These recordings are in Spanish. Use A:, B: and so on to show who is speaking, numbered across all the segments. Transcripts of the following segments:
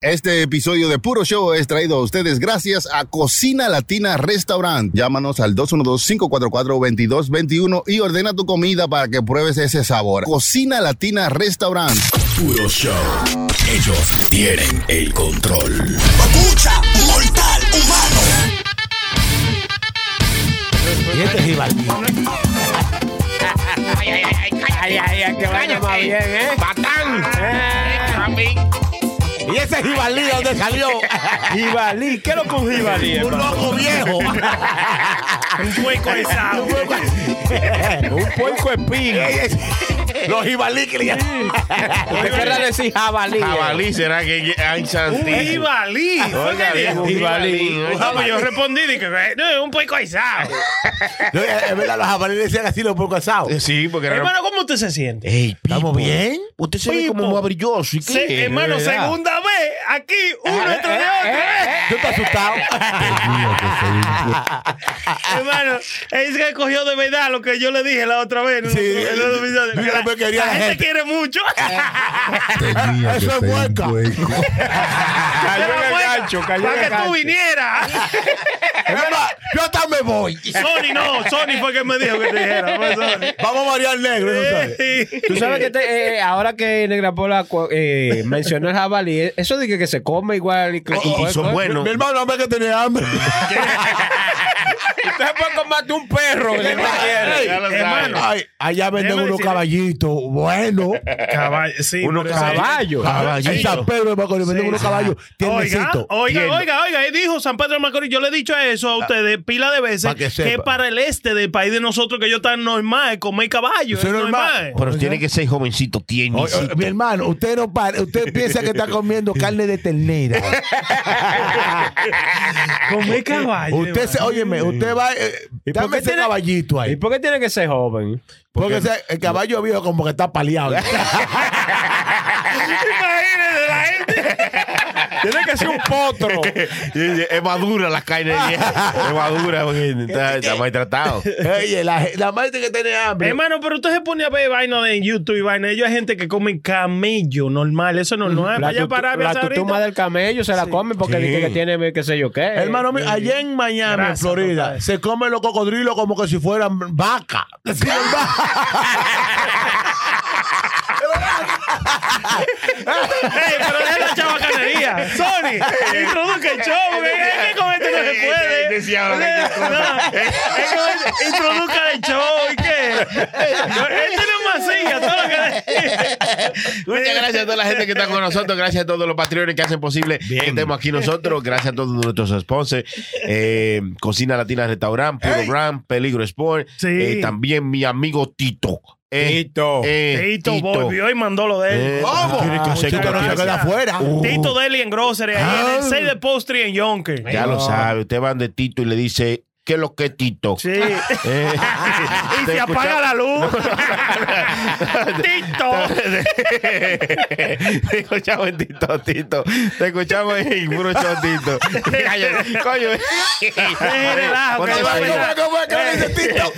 A: Este episodio de Puro Show es traído a ustedes gracias a Cocina Latina Restaurant. Llámanos al 212-544-2221 y ordena tu comida para que pruebes ese sabor. Cocina Latina Restaurant.
B: Puro show. Ellos tienen el control.
C: Escucha, mortal humano.
D: Y este es Ibaldi.
E: Ay, ay, ay, ay,
D: Ay, ay, ay, que vaya más bien, ¿eh?
E: patán. Eh,
D: Y ese es Ibaldi, ¿de ¿dónde salió?
F: Jibalí, ¿qué lo con Jibalí?
D: Un loco viejo.
F: Un hueco de
D: Un hueco así.
F: Un puerco espín.
D: Los Ibaldi que le llaman.
G: Recuerda decir jabalí.
E: Jabalí, será que hay santísimo.
F: Jibalí.
E: Oiga, bien,
F: Oye,
E: jibalí.
F: Ah, pues yo respondí y dije, eh, no, es un puerco aizado.
D: No, Es verdad, los jabalíes le decían así los puercos asados.
E: Eh, Sí, porque era-
F: Hermano, ¿cómo usted se siente?
D: Ey, ¿Estamos bien? Usted se
F: ve como más
D: brilloso.
F: Se- hermano, segunda vez aquí, uno
E: Eh,
F: entre de otro. ¿eh?
D: ¿Tú estás asustado?
F: Hermano, es que cogió de verdad lo que yo le dije la otra vez. ¿no?
D: Sí,
F: En el otro episodio.
D: mira lo que quería
F: la
D: la
F: gente,
D: gente.
F: quiere mucho.
A: Tenía
D: Eso es
A: ser un
D: hueca.
A: hueco.
E: cayó
F: Pero
E: en el
F: bueno,
E: gancho, cayó en
F: Para
E: el
F: que tú
E: gancho.
F: vinieras.
D: Es más, Yo hasta me voy.
F: Sony no, Sony fue quien me dijo que te dijera. fue Sony.
D: Vamos a variar negro, ¿no sabes?
F: Sí.
G: Tú sabes que te- eh, ahora que Negra Pola cu- eh, mencionó el jabalí, eh, eso de que, que se come igual y, que-
E: Y- y son
D: Mi,
E: buenos.
D: mi hermano, hombre, que tenía hambre.
G: Usted puede comerte un perro.
D: Ey,
F: ya lo
D: hermano.
F: sabe.
D: Ay, allá venden
F: Déjame
D: unos
F: decirle-
D: caballitos buenos.
F: Caballo, sí.
E: Unos
F: pero sí.
G: caballos.
D: En San Pedro de Macorís venden
F: Sí.
D: unos caballos
F: Oiga,
D: tiernecitos.
F: oiga,
D: Tiernos.
F: oiga, oiga, él dijo San Pedro de Macorís. Yo le he dicho eso a ustedes pila de veces
D: Ah, Pa' que sepa.
F: que para el este del país de nosotros que yo tan normal comer caballo.
D: Eso
F: es
D: es
F: normal.
D: normal.
E: Pero tiene que ser jovencito, tiene.
D: Oye, oye, mi hermano, usted no para, usted piensa que está comiendo carne de ternera.
F: Comer caballo.
D: usted se, óyeme, usted va, eh,
G: por qué
D: dame ese
G: tiene-
D: caballito
G: ¿Y
D: ahí.
G: por qué tiene que ser joven?
D: Porque ese- el caballo viejo como que está paliado.
F: Imagínese la gente.
G: Tiene que ser un potro.
E: Es madura la carne vieja. Es madura, porque
F: Este
E: está, está maltratado.
D: Oye, la, la madre que tiene hambre.
F: Hermano, pero usted se pone a ver vaina de en YouTube y vaina. Ellos hay gente que come camello normal. Eso no, no es para
G: La,
F: allá
G: tutu-
F: para Arabia
G: la
F: Saudita.
G: tutuma del camello se la come porque dice que tiene qué sé yo qué.
D: Hermano mío, allá en Miami,
F: Grasa
D: en Florida,
F: total.
D: se comen los cocodrilos como que si fueran vaca. Sí,
F: Ey, pero deja la chabacanería. Sony, introduce el show, güey. Es que con esto no se puede. Este
E: Decía ahora que-
F: No, es que introduzca el show y qué. Él tiene más silla, todo lo que
E: Muchas gracias a toda la gente que está con nosotros, gracias a todos los patriones que hacen posible que estemos aquí nosotros, gracias a todos nuestros sponsors, eh, Cocina Latina Restaurant, Puro Brand, Peligro Sport,
F: Sí.
E: eh, también mi amigo Tito. Eh,
G: Tito.
E: eh,
F: Tito volvió y mandó lo de
E: Eh,
F: él.
D: ¿Cómo?
E: tiene que ser
D: Chico, no se
E: gratis.
D: queda afuera.
F: Tito Deli en Grocery, ahí en
D: Eh. Ah.
F: el 6 de Postre y en Yonker.
E: Ya lo sabe, usted va de Tito y le dice, ¿qué es lo que es Tito?
F: Sí.
E: Eh,
F: y se apaga la luz. Tito.
E: te escuchamos en Tito, Tito. Te escuchamos en Puro Show, Tito. Mira, yo- Coño.
F: relajo,
E: Ponte
F: que va a
E: para allá.
F: pegar.
D: ¿Cómo es que le dice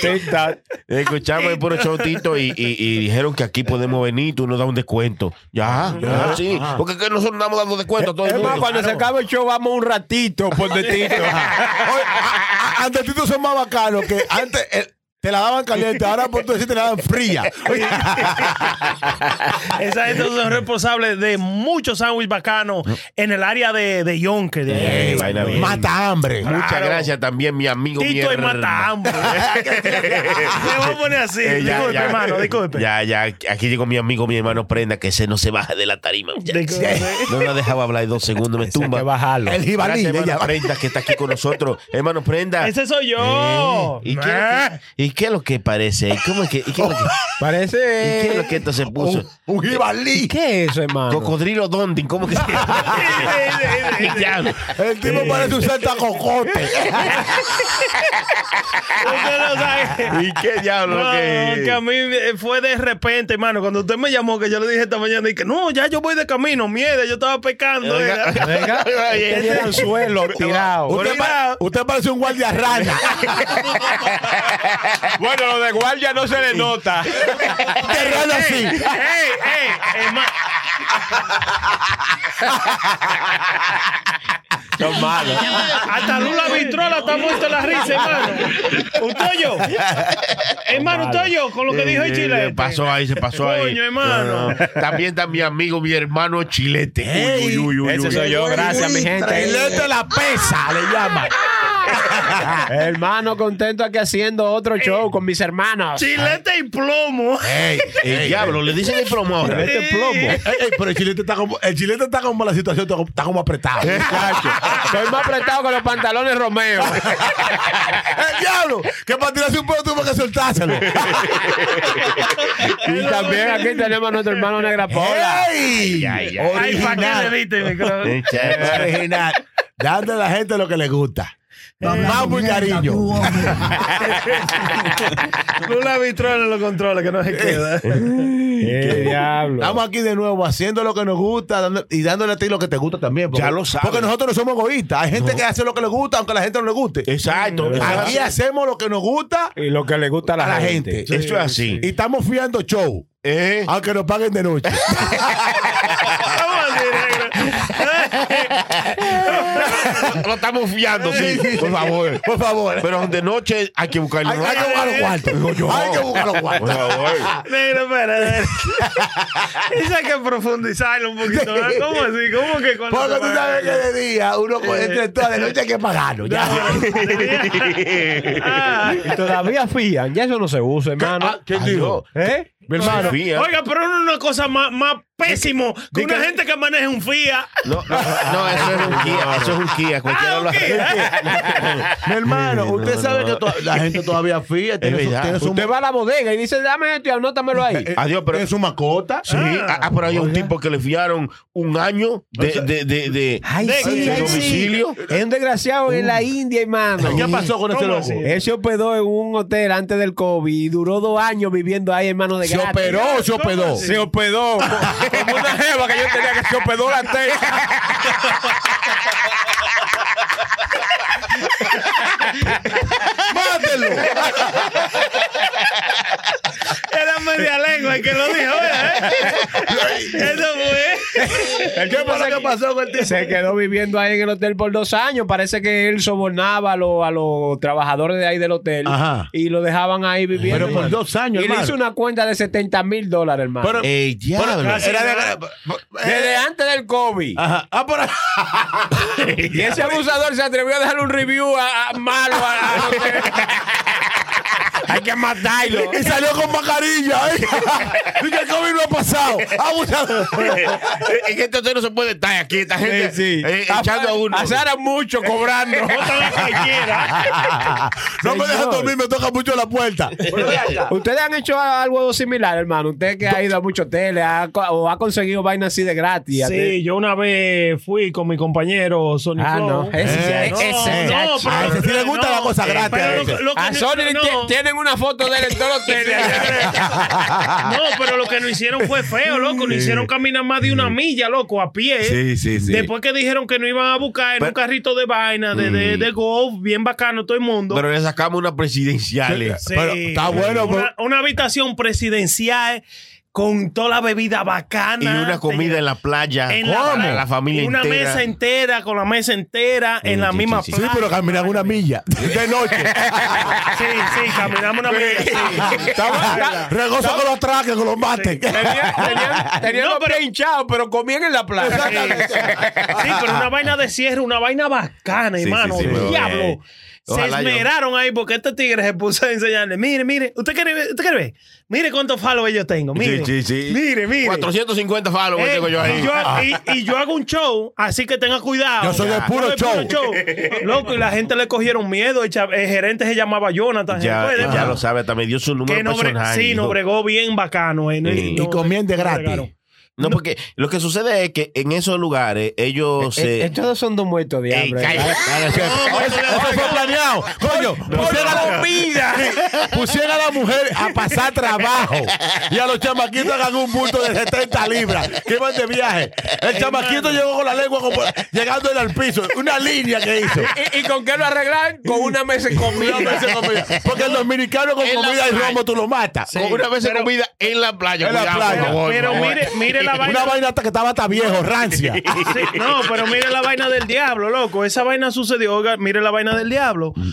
D: Tito?
E: Escuchamos el puro show, Tito, y, y- y dijeron que aquí podemos venir, tú nos das un descuento. Ya, ya, sí. Porque que nosotros andamos dando descuento a todo el
G: Es más,
E: mundo.
G: cuando se acabe el show, vamos un ratito por de Tito.
D: Oye, a- a- Antes Tito son más bacanos que antes eh, te la daban caliente, ahora por tu decir te la dan fría. Oye,
F: Eh, Esa gente son responsables de muchos sándwiches bacanos en el área de, de Yonke. de-
E: Eh, vaina bien.
D: mata hambre.
E: Muchas gracias también, mi amigo.
F: Tito y
E: mierda.
F: mata hambre. Me voy a poner así.
E: Eh, ya,
F: disculpe,
E: ya.
F: hermano, disculpe.
E: Ya, ya. Aquí llegó mi amigo, mi hermano Prenda, que se no se baja de la tarima.
F: Disculpe.
E: No la dejaba hablar dos segundos, me
G: Hay que
E: tumba.
G: bajarlo.
D: El jibalí,
E: Gracias,
D: le
E: hermano
D: llaman.
E: Prenda, que está aquí con nosotros. Hermano Prenda.
F: Ese soy yo.
E: ¿Y, qué es lo que- y qué es lo que parece? ¿Y cómo es que- y qué es lo que- y
G: Parece.
E: qué es lo que esto se puso?
D: Un, un jibalí.
G: ¿Qué es eso, hermano?
E: Cocodrilo Donding, ¿cómo que se Y ya,
D: El tipo parece un salta cocote.
F: Usted lo sabe.
E: ¿Y qué diablo
F: No,
E: que-
F: que a mí eh, fue de repente, hermano. Cuando usted me llamó, que yo le dije esta mañana, y que no, ya yo voy de camino, mierda, yo estaba pecando.
E: Oiga,
F: era.
G: Venga,
E: Oye,
G: que tiene el suelo tirado.
D: Usted, pa- usted parece un guardia rana.
G: Bueno, lo de guardia no se le nota.
D: De rana así.
F: ¡Ey, ey! herma-
D: Son malos.
F: Hasta Lula Vitrola está muerto en la risa, hermano. Usted oyó. Hermano, usted oyó con lo que dijo el chile.
E: Eh, Pasó ahí, se pasó ahí.
F: Coño, hermano.
E: También está mi amigo, mi hermano Chilete.
D: Ey,
G: Ese soy yo, gracias, mi gente.
D: Chilete la pesa, le llama.
G: Hermano, contento aquí haciendo otro
D: Eh.
G: show con mis hermanos.
F: Chilete y plomo.
E: Ey, el diablo, le dicen el Eh, plomo ahora.
D: Este plomo. Ey, ey, pero el chilete está como, el chilete está como la situación, está como, está como apretado.
G: Estoy más apretado que los pantalones Romeo.
D: ¡El diablo! Que para tirarse un pelo tuvo que soltárselo.
G: Y también aquí tenemos a nuestro hermano Negra Paula.
D: ¡Ey!
F: Ay, ¿para qué le
D: Original. eh,
F: diste el micrófono?
D: Original. Dando a la gente lo que le gusta.
F: Eh,
D: Mamá muy cariño.
F: Lula Vitrola lo controla, que no se queda.
G: ¡Qué Eh, diablo!
D: Estamos aquí de nuevo haciendo lo que nos gusta dando- y dándole a ti lo que te gusta también. Porque,
E: Ya lo sabes.
D: Porque nosotros no somos egoístas. Hay gente que hace lo que le gusta aunque a la gente no le guste.
E: Exacto.
D: Aquí hacemos lo que nos gusta
G: Y lo que le gusta a la,
D: a la
G: gente.
D: gente.
E: Esto es así.
D: Y estamos fiando show.
E: Eh,
D: Aunque nos paguen de noche.
F: ¿Cómo así,
E: Lo estamos fiando, sí. Por favor.
D: Por favor.
E: Pero de noche hay que buscarlo.
D: Hay, hay que buscar los cuartos. digo yo. Hay que buscar los
E: Por
D: cuartos.
E: favor.
F: negro? Negro, espera. Eso hay que profundizarlo un poquito. ¿verdad? ¿Cómo así? ¿Cómo que cuando
D: Porque
F: se
D: tú
F: va?
D: sabes que de día uno con- entre toda la noche hay que pagarlo. Ya.
F: Ah.
G: Y todavía fían. Ya eso no se usa, hermano.
D: Ah,
E: ¿Quién dijo?
G: ¿Eh?
E: Mi hermano. Fía.
F: Oiga, pero no es una cosa más, más pésimo que una gente que maneja un FIA.
E: No, no, no, eso es un Kia. Eso es un Kia. Cualquiera
F: Ah,
E: lo
F: un Kia.
D: Mi hermano, usted sabe que to- la gente todavía fía. Tiene, su,
E: verdad.
D: tiene su- Eh,
G: Usted va a la bodega y dice, dame esto y anótamelo ahí.
E: Adiós, pero.
D: tiene su mascota.
E: Sí, ah, ah, pero hay un tipo que le fiaron un año de, de, de, de-
G: Ay,
D: eh,
F: De-
G: sí,
E: de
G: ay, sí.
E: domicilio.
G: Es un desgraciado en
D: Uh.
G: la India, hermano.
D: ¿Qué pasó con ese
F: ¿Cómo
D: loco?
F: así?
G: Él se hospedó en un hotel antes del COVID y duró dos años viviendo ahí, hermano, de
D: Se
G: gratis.
D: operó, se
F: ¿Cómo
D: operó.
F: así?
G: Se hospedó. Como una jeva que yo tenía que se hospedó la tela.
D: ¡Mátelo!
F: Era media lengua el que lo dijo, ¿eh? Eso fue.
D: ¿Qué pasó? ¿Qué pasó con el tipo?
G: Se quedó viviendo ahí en el hotel por dos años. Parece que él sobornaba a, los- a los trabajadores de ahí del hotel
D: Ajá.
G: y lo dejaban ahí viviendo.
D: Pero por dos años,
G: Y le
D: hermano.
G: hizo una cuenta de 70 mil dólares, hermano.
D: Pero-
E: Ey, diablo.
D: Pero- era de-
G: Desde antes del COVID.
D: Ajá. Ah, por
G: Y ese abusador se atrevió a dejar un review a, a- malo a- a- Hay que matarlo.
D: Y salió con mascarilla. ¿eh? Y que el COVID no ha pasado. Abusado.
E: En este hotel no se puede estar aquí, esta gente
G: Sí, sí.
E: eh, echando a uno.
G: Azara mucho cobrando.
F: Bótala cualquiera.
D: No me
G: Señor.
D: dejan dormir, me toca mucho la puerta.
G: Ustedes han hecho algo similar, hermano. Usted que ha ido a muchos hoteles ha co- o ha conseguido vainas así de gratis.
H: Sí, yo una vez fui con mi compañero Sony
G: Ah,
H: Flow.
G: no. Ese, sí,
D: Eh,
F: No,
G: ese, sí.
F: no, pero.
D: A ese sí le gusta la cosa gratis, a
F: Pero
D: ese.
F: lo, lo que
G: A
F: no-
G: Sony
F: no,
G: ti- tienen una foto de él en todos los hoteles.
D: Ah.
F: No, pero lo que nos hicieron fue feo, loco. Nos hicieron caminar más de una milla, loco, a pie.
D: sí,
F: Después que dijeron que no iban a buscar en un carrito de vaina, de, de,
D: Mm.
F: de golf, bien bacano todo el mundo.
E: Pero le sacamos unas presidenciales.
F: Sí.
D: Pero está bueno, pero-
F: Una, una habitación presidencial con toda la bebida bacana.
E: Y una comida en la playa.
F: En la-
E: Para Ah, la familia
F: Una
E: entera.
F: mesa entera, con la mesa entera, en la
E: sí,
F: misma
E: sí,
D: Sí,
F: playa.
D: pero caminan una milla. De noche.
F: Sí, sí, caminamos una mesa. sí.
G: Ah,
D: Está- Regoso con los traques, con los mates.
G: Tenían, tenían- tenían
F: No,
G: los
F: pero-
G: pies hinchados, pero comían en la plaza.
F: Sí, pero una vaina de cierre, una vaina bacana, hermano.
E: sí, pero bien.
F: Diablo. Se
E: Ojalá yo-
F: esmeraron ahí porque este tigre se puso a enseñarle. Mire, mire, ¿usted quiere ver? ¿Usted quiere ver? Mire cuántos followers yo tengo. Mire,
E: Sí, sí, sí.
F: mire, mire.
E: 450 followers
F: Eh,
E: tengo yo ahí.
F: y, yo, y- y yo hago un show, así que tenga cuidado.
D: Yo soy de
F: Ya.
D: puro
F: Yo soy de
D: show.
F: Loco, y la gente le cogieron miedo. El, cha- el gerente se llamaba Jonathan.
E: ya,
F: ¿se acuerda?
E: ya lo sabe, también dio su número
F: Que no bre-
E: personal.
F: sí,
E: hijo.
F: nos bregó bien bacano. eh, no-
E: Sí.
F: no-
D: Y comían de
F: no
D: gratis.
F: bregaron.
E: No, porque lo que sucede es que en esos lugares ellos
G: Eh,
E: se.
G: Estos son dos muertos de hambre.
E: cállate.
D: Eso eso fue planeado. Coño, pusieron a la comida. Pusieron a la mujer a pasar trabajo. Y a los chamaquitos hagan un bulto de 70 libras. Que iban de viaje. El chamaquito llegó con la lengua como llegando al piso. Una línea que hizo.
G: ¿Y, y con qué lo arreglan? Con una mesa de comida.
D: Una vez se comía. Porque el dominicano con
E: En la
D: comida y
E: playa.
D: romo tú lo matas.
E: Con una vez de comida en la playa.
D: En la
E: cuidado,
D: playa.
E: por favor,
F: Pero
E: por favor.
F: mire, mire la vaina.
D: Una vaina hasta que estaba hasta viejo, rancia.
F: Sí, no, pero mire la vaina del diablo, loco. Esa vaina sucedió, oiga, mire la vaina del diablo.
E: Mm.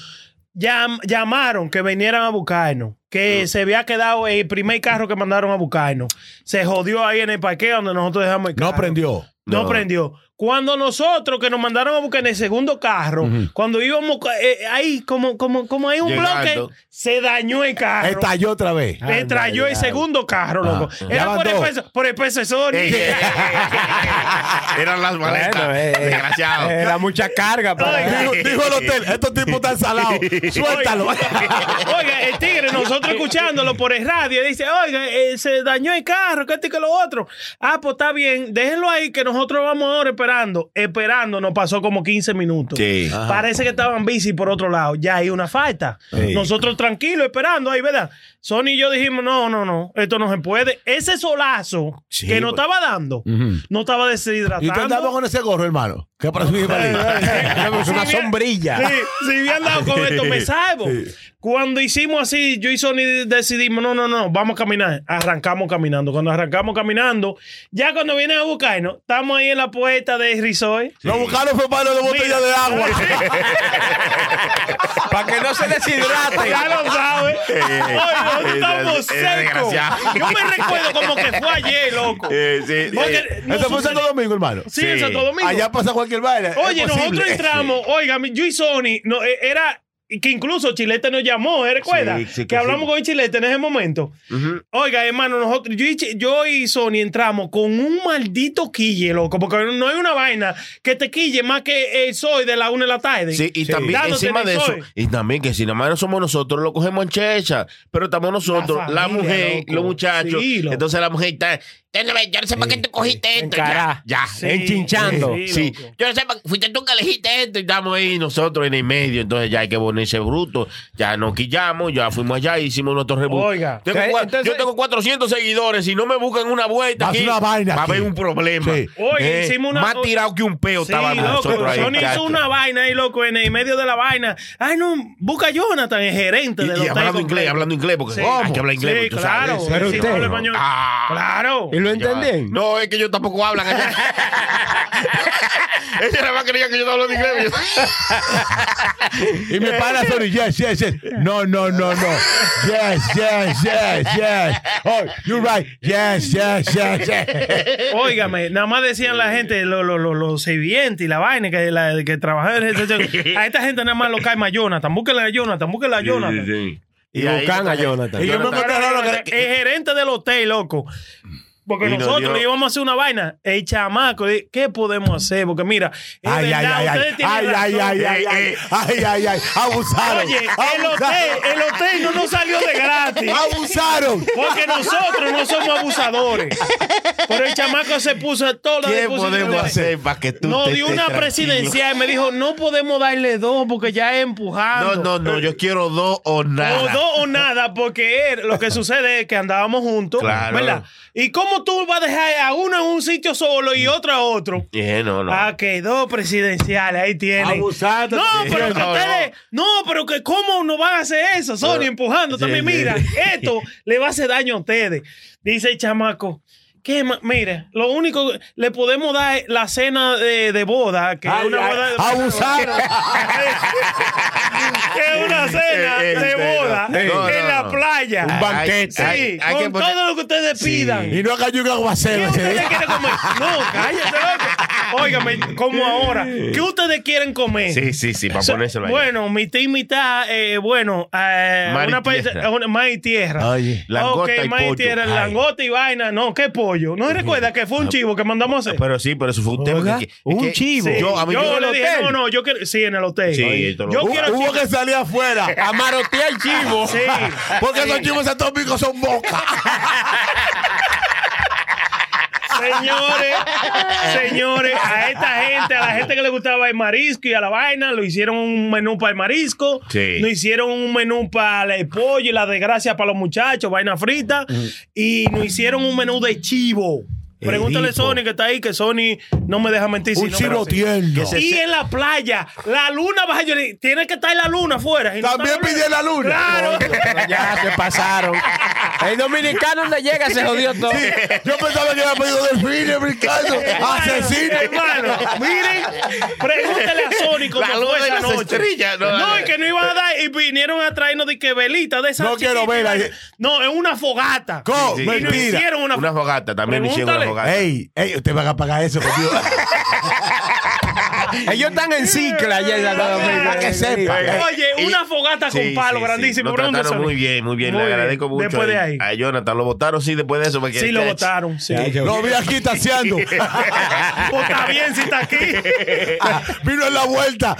F: Llam- llamaron que vinieran a buscarnos, que
E: Mm.
F: se había quedado el primer carro que mandaron a buscarnos. Se jodió ahí en el parqueo donde nosotros dejamos el carro.
D: No prendió.
F: No,
E: No.
F: prendió. Cuando nosotros que nos mandaron a buscar en el segundo carro, cuando íbamos ca- eh, ahí, como, como, como hay un
E: Llegando.
F: bloque, se dañó el carro.
D: Estalló otra vez.
F: Le trayó el segundo carro, loco.
D: Ah. Ya
F: Era
D: van
F: por el,
D: dos.
F: peso, por el peso de Sony.
E: Eh, Eran las maletas.
G: Bueno, eh, eh.
E: Desgraciado.
G: Era mucha carga para
D: Dijo, dijo el hotel, estos tipos están salados. Suéltalo.
F: Oiga, oiga, el tigre, nosotros escuchándolo por el radio, dice, oiga, eh, se dañó el carro, que este y que lo otro. Ah, pues está bien, déjenlo ahí que nosotros vamos ahora esperando. Esperando, nos pasó como 15 minutos.
E: Sí.
F: Ajá. Parece que estaban bici por otro lado. Ya hay una falta. Nosotros tranquilos, esperando ahí, ¿verdad? Sony y yo dijimos, no, no, no, esto no se puede. Ese solazo
D: Sí,
F: que nos
D: pues.
F: estaba dando, no estaba
D: ¿Y usted andaba
F: deshidratando.
D: con ese gorro, hermano? ¿Qué para subir para
F: Sí,
G: una
F: bien.
G: sombrilla.
F: Sí, si había andado con esto, me salvo. Cuando hicimos así, yo y Sony decidimos, no, no, no, vamos a caminar. Arrancamos caminando. Cuando arrancamos caminando, ya cuando vienen a buscarnos, estamos ahí en la puerta de Rizoy.
D: Lo buscaron fue para de botella de agua.
G: Para que no se deshidrate.
F: Ya lo sabes. Oye, nosotros
E: es-
F: estamos
E: es
F: secos.
E: desgraciado.
F: Yo me recuerdo como que fue ayer, loco.
E: Eh, sí,
F: Porque
E: eh,
F: nos
D: Eso fue
F: sucedió-
D: Santo Domingo, hermano.
F: Sí, en
E: Sí.
F: Santo Domingo.
D: Allá pasa cualquier baile.
F: Oye, nosotros entramos, oiga, mi- yo y Sony, no, eh, era que incluso Chilete nos llamó, ¿eh? ¿recuerdas?
E: Sí, sí,
F: que
E: que
F: hablamos
E: sí.
F: con Chilete en ese momento.
E: Ujú.
F: Oiga, hermano, nosotros, yo y, Chi- yo y Sony entramos con un maldito quille, loco, porque no hay una vaina que te quille más que el soy de la una de la tarde.
E: Sí, y también
F: Dándote
E: encima
F: en
E: de
F: el
E: eso,
F: sol.
E: y también que si nada más no somos nosotros, lo cogemos en checha, pero estamos nosotros,
F: La
E: la,
F: familia,
E: mujer,
F: loco.
E: los muchachos,
F: Sí, loco.
E: entonces la mujer está, "Ya no ve, yo no sé para qué tú cogiste esto,
G: encará.
E: ya, ya.
F: Sí,
G: Enchinchando.
F: sí,
E: Sí,
F: loco.
E: yo no sé, pa- fuiste tú que elegiste esto y estamos ahí nosotros en el medio, entonces ya hay que ponerse bruto, ya nos quillamos, ya fuimos allá y hicimos nuestro reboot.
F: Oiga.
E: Tengo
G: Eh,
E: cua-
G: entonces-
E: yo tengo 400 seguidores, si no me buscan una vuelta
D: Va a
E: aquí,
D: ser una vaina
E: va a
D: aquí.
E: haber un problema. Eh,
D: Sí.
F: Oye, hicimos una-
E: Más tirado que un peo
F: Sí,
E: estaba
F: loco,
E: nosotros ahí.
F: Sony hizo
E: muchacho.
F: una vaina ahí, loco, en el medio de la vaina. Ay, no, busca a Jonathan, el gerente
E: Y,
F: del
E: y
F: hotel
E: hablando
F: completo.
E: inglés, hablando inglés, porque
F: Sí.
E: hay que hablar inglés.
F: Sí,
E: porque tú
F: claro.
E: sabes.
G: Pero
F: sí,
G: usted-
F: habla español.
E: Ah,
F: claro.
G: ¿Y lo
E: ya.
G: entendían?
E: No, es que ellos tampoco hablan allá. Ellos nada más creían que yo no hablo de inglés.
D: Y me para Sony, yes, yes, yes. No, no, no, no. Yes, yes, yes, yes. Oh, you're right. Yes, yes, yes, yes.
F: Óigame, nada más decían la gente, los lo, lo, los sirvientes y la vaina que, la, que trabajaban en el centro. A esta gente nada más lo cae más Jonathan. Búsquela a Jonathan, búsquela a Jonathan.
G: Y buscan a Jonathan.
D: Y yo me encontré raro que-
F: El gerente del hotel, loco. Porque
E: Y nos
F: nosotros
E: dio-
F: le íbamos a hacer una vaina. El chamaco, di- ¿qué podemos hacer? Porque mira, es
D: Ay, ay,
F: verdad,
D: ay, ay.
F: ustedes tienen
D: Ay, ay,
F: razón. Eh,
D: ay, ay, ay. Ay, ay, ay. Abusaron.
F: Oye, el hotel,
D: Abusaron.
F: el hotel no nos salió de gratis.
D: Abusaron.
F: Porque nosotros no somos abusadores. Pero el chamaco se puso a toda la
E: ¿Qué
F: disposición.
E: podemos hacer para que tú
F: No,
E: te
F: dio
E: estés
F: una
E: tranquilo?
F: presidencial y me dijo, no podemos darle dos porque ya es empujando.
E: No, no, no, yo quiero dos o nada.
F: O dos o nada, porque él- lo que sucede es que andábamos juntos,
E: Claro.
F: ¿verdad? ¿Y cómo tú vas a dejar a uno en un sitio solo y otro a otro?
E: Eh, no, no.
F: Ah, que dos presidenciales, ahí tienen.
G: Abusado.
F: No, pero que
E: No,
F: ustedes, no, pero que cómo no van a hacer eso, Sony empujando también,
E: Eh, sí.
F: mira, esto le va a hacer daño a ustedes. Dice el chamaco, que ma- mire, lo único que le podemos dar es la cena de, de boda, que es
G: Ay,
F: una
G: ay,
F: boda de-
D: Abusaron.
F: que es una cena
E: Eh, eh,
F: de
E: sí,
F: boda
E: no. No,
F: en
E: no,
F: la
E: no.
F: playa.
E: Hay-
D: banquete.
F: Sí,
E: hay- hay que
F: con
E: poner-
F: todo lo que ustedes pidan.
D: Y no cayó un
F: ¿Qué
D: aguacero ese ¿eh?
F: ustedes
D: día.
F: quieren comer? No, cállate, loco. Óigame, como ahora. ¿Qué ustedes quieren comer?
E: Sí, sí, sí, para
F: O sea,
E: ponérselo ahí.
F: Bueno, mitad y mitad, eh, bueno, eh,
E: Mar y
F: una paisa-
E: tierra.
F: una- mar y tierra.
E: Oye, langosta
F: Ok,
E: y
F: mar
E: pollo.
F: tierra,
E: Ay. Ah,
F: langosta y vaina, no, qué pollo. ¿No recuerda que fue un chivo que mandamos a hacer?
E: Pero sí, pero eso fue un tema
G: Oiga,
E: que- que...
G: un
E: que-
G: chivo.
E: Yo, a mí
F: yo
E: yo-
F: le dije, no, no, yo quiero, sí, en el hotel.
E: Sí,
F: Oye,
E: esto lo-
F: yo
E: Hubo-
F: quiero
D: Hubo que salir afuera.
G: Amarotea el chivo.
F: Sí.
D: Porque esos chivos atómicos son boca.
F: Señores, señores, a esta gente, a la gente que le gustaba el marisco y a la vaina, lo hicieron un menú para el marisco,
E: Sí.
F: nos hicieron un menú para el pollo y la desgracia para los muchachos, vaina frita, y nos hicieron un menú de chivo. Eh, Pregúntale a
D: Edipo.
F: Sony que está ahí, que Sony no me deja mentir. si
D: Un
F: no,
D: chino
F: pero sí.
D: tierno.
F: Y en la playa, la luna baja. Yo le digo, tiene que estar la luna afuera. y no
D: También
F: está la luna.
D: pide la luna.
F: Claro.
G: Pero ya se pasaron. El dominicano donde llega se jodió todo.
D: Sí, yo pensaba que había pedido delfines brincando. Asesino.
F: Hermano, miren, pregúntale a Sony cómo
E: La luna
F: fue
E: y
F: esa
E: las
F: noche.
E: estrellas,
F: no,
E: no,
F: y que no iban a dar. Y vinieron a traernos de que velita de esa
D: No quiero vela.
F: No, es una fogata.
D: Co,
E: Sí, sí.
F: Y no
D: mentira.
F: hicieron una,
E: Una fogata, también me hicieron
F: Pregúntale.
E: una fogata.
D: Ey, ey, ustedes van a pagar eso conmigo.
G: Ellos están en cicla ya en Santo Domingo.
D: Para que sepa.
E: Ey,
F: Oye,
E: ey,
F: una fogata con palo grandísimo.
E: Lo
F: Pregúntale a
E: trataron
F: Sony.
E: muy bien, muy bien.
F: Muy
E: Le
F: bien.
E: agradezco mucho
F: Después de
E: a-
F: ahí.
E: a Jonathan. Lo votaron, sí, después de eso. Porque
F: Sí, lo
E: Ech,
F: votaron. Sí.
D: Lo vi aquí taseando.
F: Pues está bien si está aquí.
D: Vino en la vuelta.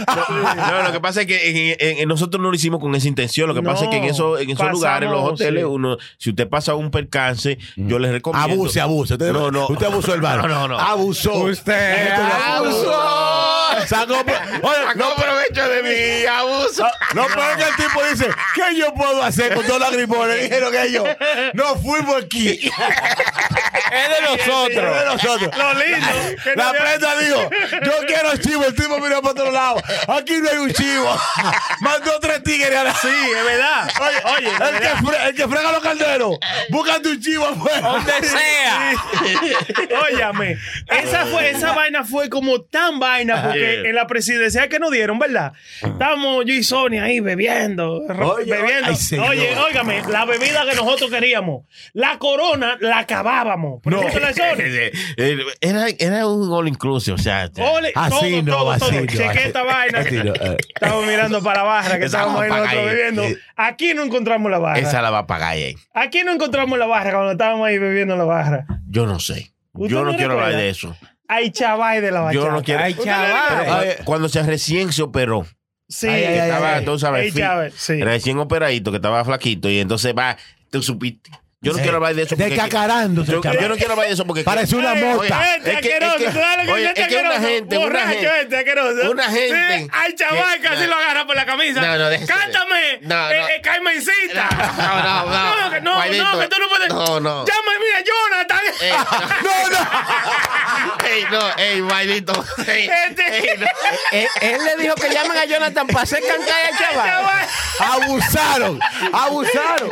E: No, lo que pasa es que en- en- en nosotros no lo hicimos con esa intención. Lo que
F: No,
E: pasa es que en, eso, en esos
F: pasamos,
E: lugares, los hoteles,
F: sí.
E: uno, si usted pasa un percance, yo les recomiendo.
D: Ah, Abuse, abuse. Usted,
E: No, no.
D: usted abusó, hermano.
E: No, no, no.
D: Abusó.
G: Usted
D: Esto lo-
G: abusó.
D: Sacó pro- Oye,
E: No aprovecho de Ah, mi abuso.
D: lo peor que el tipo dice, ¿qué yo puedo hacer con dos lagrimones? Dijeron que yo, no fui por aquí.
G: Es de
D: Otro de
G: nosotros.
D: nosotros.
F: Lo lindo. que no
D: La
F: había-
D: prenda dijo, yo quiero chivo. El tipo miró para otro lado. Aquí no hay un chivo. Mandó tres tigres a la...
F: Sí, es verdad.
D: Oye,
F: Oye, es
D: el, que
F: verdad.
D: fre- el que frega los calderos, búscate un chivo afuera.
G: Donde sea.
F: Óyame, esa, fue, esa vaina fue como tan vaina, porque
E: Yeah.
F: en la presidencia que nos dieron, ¿verdad? Estábamos yo y Sonia ahí bebiendo, ro-
D: Ah. Oye,
F: bebiendo.
D: ay, señor.
F: Oye, óigame, la bebida que nosotros queríamos, la corona, la acabábamos.
E: No.
F: Pregúntale a Sonia.
E: Eh, Era, era un all inclusive, o sea.
F: Ole,
D: Así no,
F: todo, todo,
D: así
F: todo.
D: no,
F: Chequé
D: así-
F: esta vaina.
D: así no, eh.
F: Estamos mirando para la barra que
E: Esa
F: estábamos ahí
E: vamos a
F: nosotros
E: pagar ahí.
F: bebiendo. Aquí no encontramos la barra.
E: Esa la va a pagar ella.
F: Aquí no encontramos la barra cuando estábamos ahí bebiendo la barra.
E: Yo no sé.
F: ¿Usted
E: Yo no
F: no
E: quiero hablar
F: recuerda?
E: de eso.
F: Hay chavales de la bachata.
E: Yo no quiero.
G: Ay, chaval.
E: Pero cu- Ah, cuando se recién se operó,
F: Sí,
E: que estaba, tú sabes,
F: Ey,
E: fit,
F: Chávez, sí.
E: recién operadito, que estaba flaquito, y entonces va, tú supiste. Yo no quiero hablar de eso. porque-
D: Descacarándose,
E: Yo,
D: cabrón.
E: yo no quiero hablar de eso porque.
D: Parece una
F: Ey,
D: mota.
E: Oye,
F: Este
E: es que-
F: asqueroso,
E: es que-
F: claro que
E: oye,
F: este
E: es que una
F: asqueroso.
E: gente, una
F: Borracho
E: gente-
F: este asqueroso.
E: una gente
F: Sí, hay chaval
E: que-
F: que así
E: no.
F: lo agarra por la camisa.
E: No, no, déjese.
F: Cántame.
E: No,
F: eh,
E: no.
F: eh, Carmencita.
E: No, no, no.
F: No, que no,
E: Juanito.
F: no, que tú no puedes.
E: No, no. Eh,
F: Llama, mira, Jonathan.
E: Ey,
D: No, no.
E: ey, no, ey, maldito. Ey,
F: Este-
E: ey, no.
G: Él, Eh, él le dijo que llaman a Jonathan para hacer cantar al chaval.
F: Chaval.
D: Abusaron, abusaron.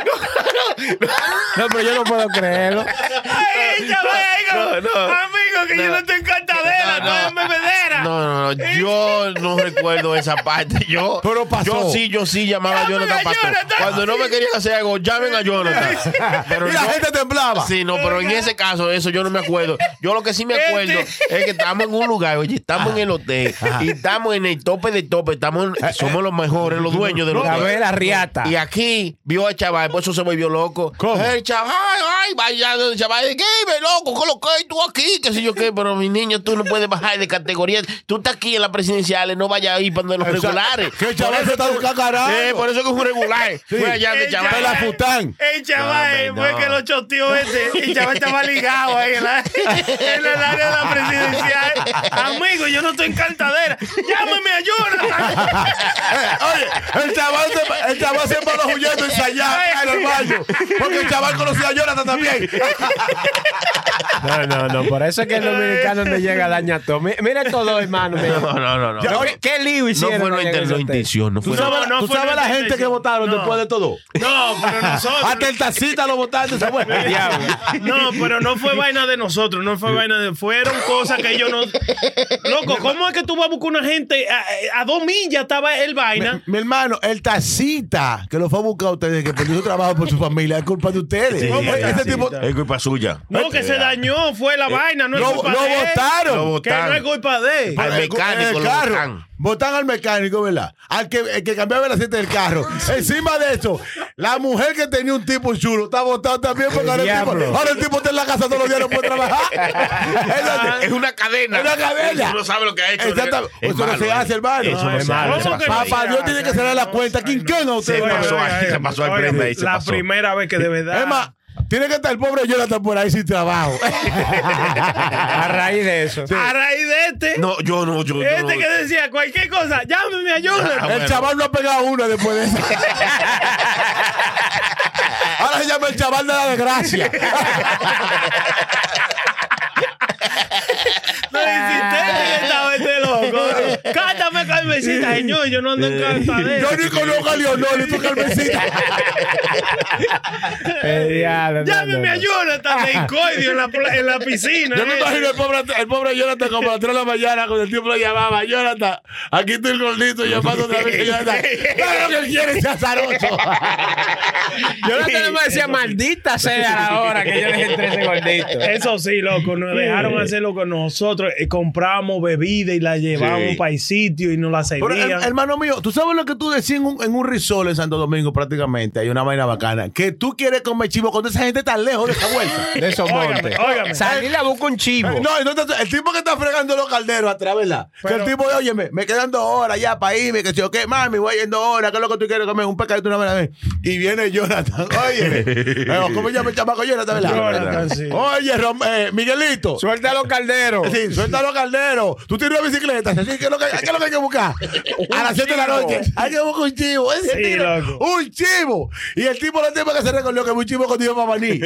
G: No, pero yo no puedo creerlo.
F: Ay, chaval, ahí como,
E: No, no.
F: Amigo, que yo no estoy en cantadera,
E: No,
F: no,
E: no.
F: en bebedera.
E: No, no, no, yo no recuerdo esa parte. Yo,
D: Pero pasó.
E: yo sí, yo sí llamaba a
F: Llamen a
E: Jonathan Pastor.
F: Jonathan.
E: Cuando no me querían hacer algo, llamen a Jonathan. Pero
D: y la
E: yo-
D: gente temblaba.
E: Sí, no, pero en ese caso, eso yo no me acuerdo. Yo lo que sí me
D: Este.
E: acuerdo es que estamos en un lugar, oye, estamos en el hotel y estamos en el tope de tope, estamos
D: Eh,
E: en- somos los mejores, los dueños del
G: La
E: hotel.
G: vela riata.
D: Ah.
E: Y aquí vio al chaval, por eso se volvió loco. El chaval, ay, vaya, el chaval, ¿qué, ve, loco? ¿Con lo que hay tú aquí? ¿Qué sé yo qué? Pero mi niño, tú no puedes bajar de categoría. Tú estás aquí en las presidenciales, no vayas a ir para donde los regulares.
D: Que el chaval se está buscando
E: Sí, Eh, por eso que es un regular. Fue allá de
F: El
E: chaval.
D: Te la fután.
F: El chaval
E: No, hombre,
F: fue
E: no.
F: que lo choteó ese. El chaval estaba ligado ahí en, la, en el área de la presidencial. Amigo, yo no estoy en cantadera. Llámame a Jonathan.
D: Oye, el chaval se, el chaval se paró huyendo ensayar en el baño. Porque el chaval conocía a Jonathan también.
G: No, no, no. Por eso es que el dominicano no llega daña a todo. Mi- Mira estos dos hermanos. mira.
E: No, no, no, no.
G: No, ¿Qué lío
E: No
G: hicieron?
E: fue
G: cuando llegó
E: la inten-
G: ese
E: la
G: hotel?
E: intención, no
D: ¿Tú
E: fue la-
D: sabes,
F: no
D: tú
F: fue
D: sabes la gente que votaron
F: No.
D: después de todo?
F: No, pero
D: Hasta
F: nosotros.
D: el tacita lo votaron. ¿se fue?
F: No, pero no fue vaina de nosotros, no fue vaina de. Fueron cosas que yo no. Loco, ¿cómo es que tú vas a buscar una gente? A, a dos millas estaba el vaina.
D: Mi hermano, el tacita que lo fue a buscar a ustedes, que perdió su trabajo por su familia, es culpa de ustedes.
E: Sí,
D: ¿Cómo
E: sí,
D: ese
E: sí.
D: tipo?
E: Es culpa suya.
F: No, que se dañó, fue la vaina, no es
D: eh, lo
F: culpa
D: lo
F: de él.
D: votaron.
E: Lo
F: Que no es culpa de él.
E: Al mecánico
D: El
E: lo
D: carro.
E: botan.
D: Botan al mecánico, ¿verdad? Al que, el que cambiaba el aceite del carro. Encima de eso, la mujer que tenía un tipo chulo está botada también porque ahora el, tipo,
G: diablo.
D: ahora el tipo está en la casa todos los días, no puede trabajar. Entonces,
E: Es una cadena.
D: Es una cadena.
E: Tú no sabes lo que ha hecho.
D: Exactamente.
E: Es
D: Eso no
E: malo,
D: se hace,
E: eh.
D: hermano.
E: Eso no
G: es
E: se
G: malo.
E: hace.
F: ¿Cómo
E: Se
F: que no?
E: pasó
D: Papá, Dios tiene que cerrar la cuenta. ¿Quién a
E: Se
D: usted?
E: pasó
F: Oye,
E: ahí,
F: oye,
E: se pasó al
F: oye,
E: frente ahí, se
F: La
E: pasó.
F: primera vez que de verdad.
D: Es más, tiene que estar el pobre Jonathan por ahí sin trabajo.
G: A raíz de eso.
F: a raíz de este,
E: No, yo no, yo, yo no.
F: este que decía cualquier cosa, llámeme, ayúdame.
E: Ah, bueno.
D: El chaval no ha pegado una después de eso. Ahora se llama el chaval de la desgracia.
F: No insistente que estaba este loco. Cántame Carmencita, señor. Yo no ando en cantadera.
D: Yo ni conozco a Leonor y tu Carmencita.
G: Eh,
F: Llámeme a Jonathan de Incoidio en la, pla- en la piscina.
D: Yo me
F: eh.
D: imagino el pobre, el pobre Jonathan como a las 3 de la mañana cuando el tipo lo llamaba. Jonathan, aquí está el gordito llamando otra vez que Jonathan. Dame lo que él quiere, chazaroso.
G: Yo no te me decía, maldita sea la hora que yo les entré ese gordito.
F: Eso sí, loco, nos dejaron hacerlo con nosotros. Eh, compramos bebida y la llevamos para el sitio y nos la
D: Pero,
F: servían.
D: her- hermano mío, tú sabes lo que tú decías en un, en un resort en Santo Domingo prácticamente. Hay una vaina bacana. Que tú quieres comer chivo cuando esa gente tan lejos de esa vuelta.
G: De esos montes.
F: óigame.
G: Salí la busca un chivo.
D: No, entonces el tipo que está fregando los calderos atrás, ¿verdad? que el tipo, oye, me, me quedan dos horas ya para irme, que si yo, ¿qué? Mami, voy yendo horas, ¿qué es lo que tú quieres comer? Un pescadito una vez a la vez. Y viene Jonathan, oye, eh, ¿cómo llama el chamaco Jonathan, verdad?
F: Jonathan, sí.
D: Oye, Rom- eh, Miguelito.
G: Suelta los calderos.
D: Sí, suelta los calderos. Tú tienes una bicicleta. ¿sí? ¿Qué, es lo que, qué es lo que hay que buscar? A las 7 de la noche. Hay que buscar un chivo. Ese
F: Sí,
D: tiro,
F: loco.
D: Un chivo. Y el tipo lo tiene que se recordó que fue un chivo con Dios Mamaní.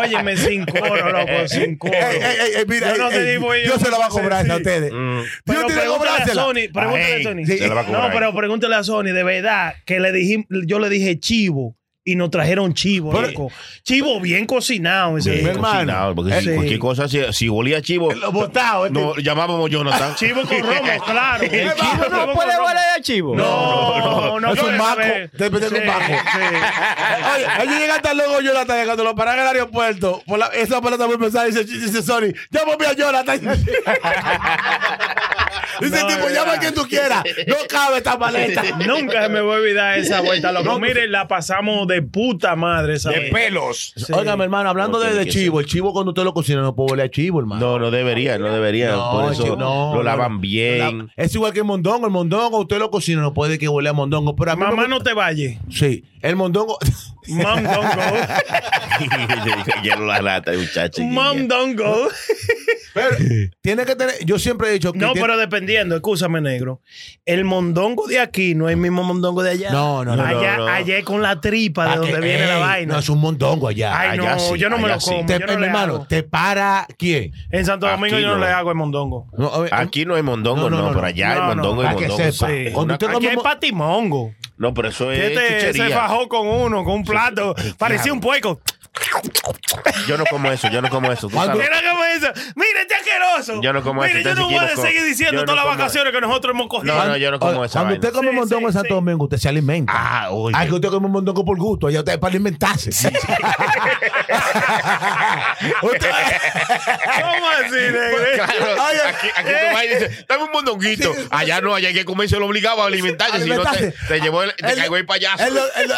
F: Óyeme, sin
D: Eh,
F: coro, loco, sin coro.
D: Ey, ey, ey, ey, mira,
F: yo no
D: ey,
F: te
D: ey,
F: digo yo.
D: Dios se la va a cobrar
F: Sí.
D: esa a ustedes.
E: Mm.
F: Pero
D: Dios tiene que
F: pregúntale a
D: cobrársela.
F: Sony, pregúntale a Sony.
D: Sí. Se la va a
F: No, pero pregúntale a Sony, de verdad, que le dijim- yo le dije chivo y nos trajeron chivo,
D: Pero-
F: loco. Chivo bien cocinado. Ese
D: Bien
F: loco.
D: hermano.
E: Cocinado, Este, porque si
F: Sí.
E: cualquier cosa, si, si olía chivo,
D: Lo botado. este.
E: no, llamábamos Jonathan.
F: Chivo con romo, claro. El chivo,
G: ¿Tú no
F: con
G: puedes
F: romo.
G: volar de chivo?
F: No, no, no.
D: es un
F: puede
D: maco.
F: haber.
D: Depende de
F: Sí,
D: un maco.
F: Ah,
D: Oye, ellos llegan tan locos, Jonathan, que cuando lo paran en el aeropuerto, por la, esa pelota muy pesada, dice, dice Sony, llámame a Jonathan. dice,
F: No,
D: tipo,
F: de
D: llama a
F: verdad.
D: quien tú quieras. No cabe esta paleta.
F: sí. Nunca se me voy a olvidar esa vuelta, loco. Miren, la pasamos de puta madre esa
G: De
F: vez.
G: pelos.
F: Sí.
D: Óigame, hermano, hablando
E: No
D: de,
E: tiene
D: de
E: que
D: chivo, el chivo cuando usted lo cocina no puede volver a chivo, hermano.
E: No, no debería, no debería.
D: No,
E: Por eso
D: chivo, no,
E: lo
D: no.
E: lavan bien.
D: La- es igual que el mondongo. El mondongo, usted lo cocina, no puede que huele a mondongo. Pero a mí
F: Mamá
D: me-
F: no te vayas.
D: Sí, el mondongo.
F: Mom don't go.
E: Quiero la rata, muchacho.
F: Mom don't go.
D: pero tiene que tener. Yo siempre he dicho que.
F: No,
D: tiene-
F: pero dependiendo, escúchame, negro. El mondongo de aquí no es el mismo mondongo de allá.
D: No, no, no,
F: Allá,
E: no, no.
F: allá es con la tripa de
D: Ah, que-
F: donde viene la
D: ey,
F: vaina.
D: No, es un mondongo allá.
F: Ay,
E: allá
F: no,
E: sí,
F: yo no me
E: allá
F: lo
E: sí.
F: como.
D: Te-
F: yo no le
D: hermano,
F: hago.
D: ¿te para quién?
F: En Santo
E: Aquí
F: Domingo yo no,
E: no.
F: le hago el mondongo.
D: No, a ver,
E: Aquí no hay
D: No,
E: mondongo, no,
D: no, no,
E: por
D: no.
E: allá hay
F: No, no,
E: mondongo,
D: para
E: hay
D: que
E: mondongo.
D: sepa.
E: sí.
D: Cuando
E: Una-
D: usted
E: aquí
F: Aquí
D: come
F: hay
D: mo-
F: patimongo.
E: No, pero eso es
F: Este se
E: chuchería.
F: fajó con uno, con un plato. Parecía un pueco.
E: Yo no como eso, yo no como eso. Tú
D: ¿Cuándo?
E: sabes.
F: Mira cómo es eso. Mira, este asqueroso.
E: Yo no como
F: Mira,
E: eso,
F: yo
E: entonces
F: no voy a
E: yo no
F: seguir
E: como-
F: diciendo
E: yo no
F: todas las
E: como-
F: vacaciones que nosotros hemos cogido.
E: No, no, yo no como
D: Oye,
E: esa
D: Cuando
E: vaina.
D: usted come
F: Sí,
D: mondongo en
F: sí,
D: Santo
F: sí.
D: Domingo, usted se alimenta.
E: Ah, oye.
D: Ay, que usted come un mondongo por gusto. Allá usted es para alimentarse. Usted-
F: ¿Cómo así, negro?
E: Claro,
D: Oye,
E: aquí, aquí tú vas y dices, dame un mondonguito. Allá no, allá hay que comerse lo obligado a alimentarse. Si no, te,
D: Alimentarse.
E: te llevó el, te
D: Él-
E: cagó el payaso.
D: él lo- él lo-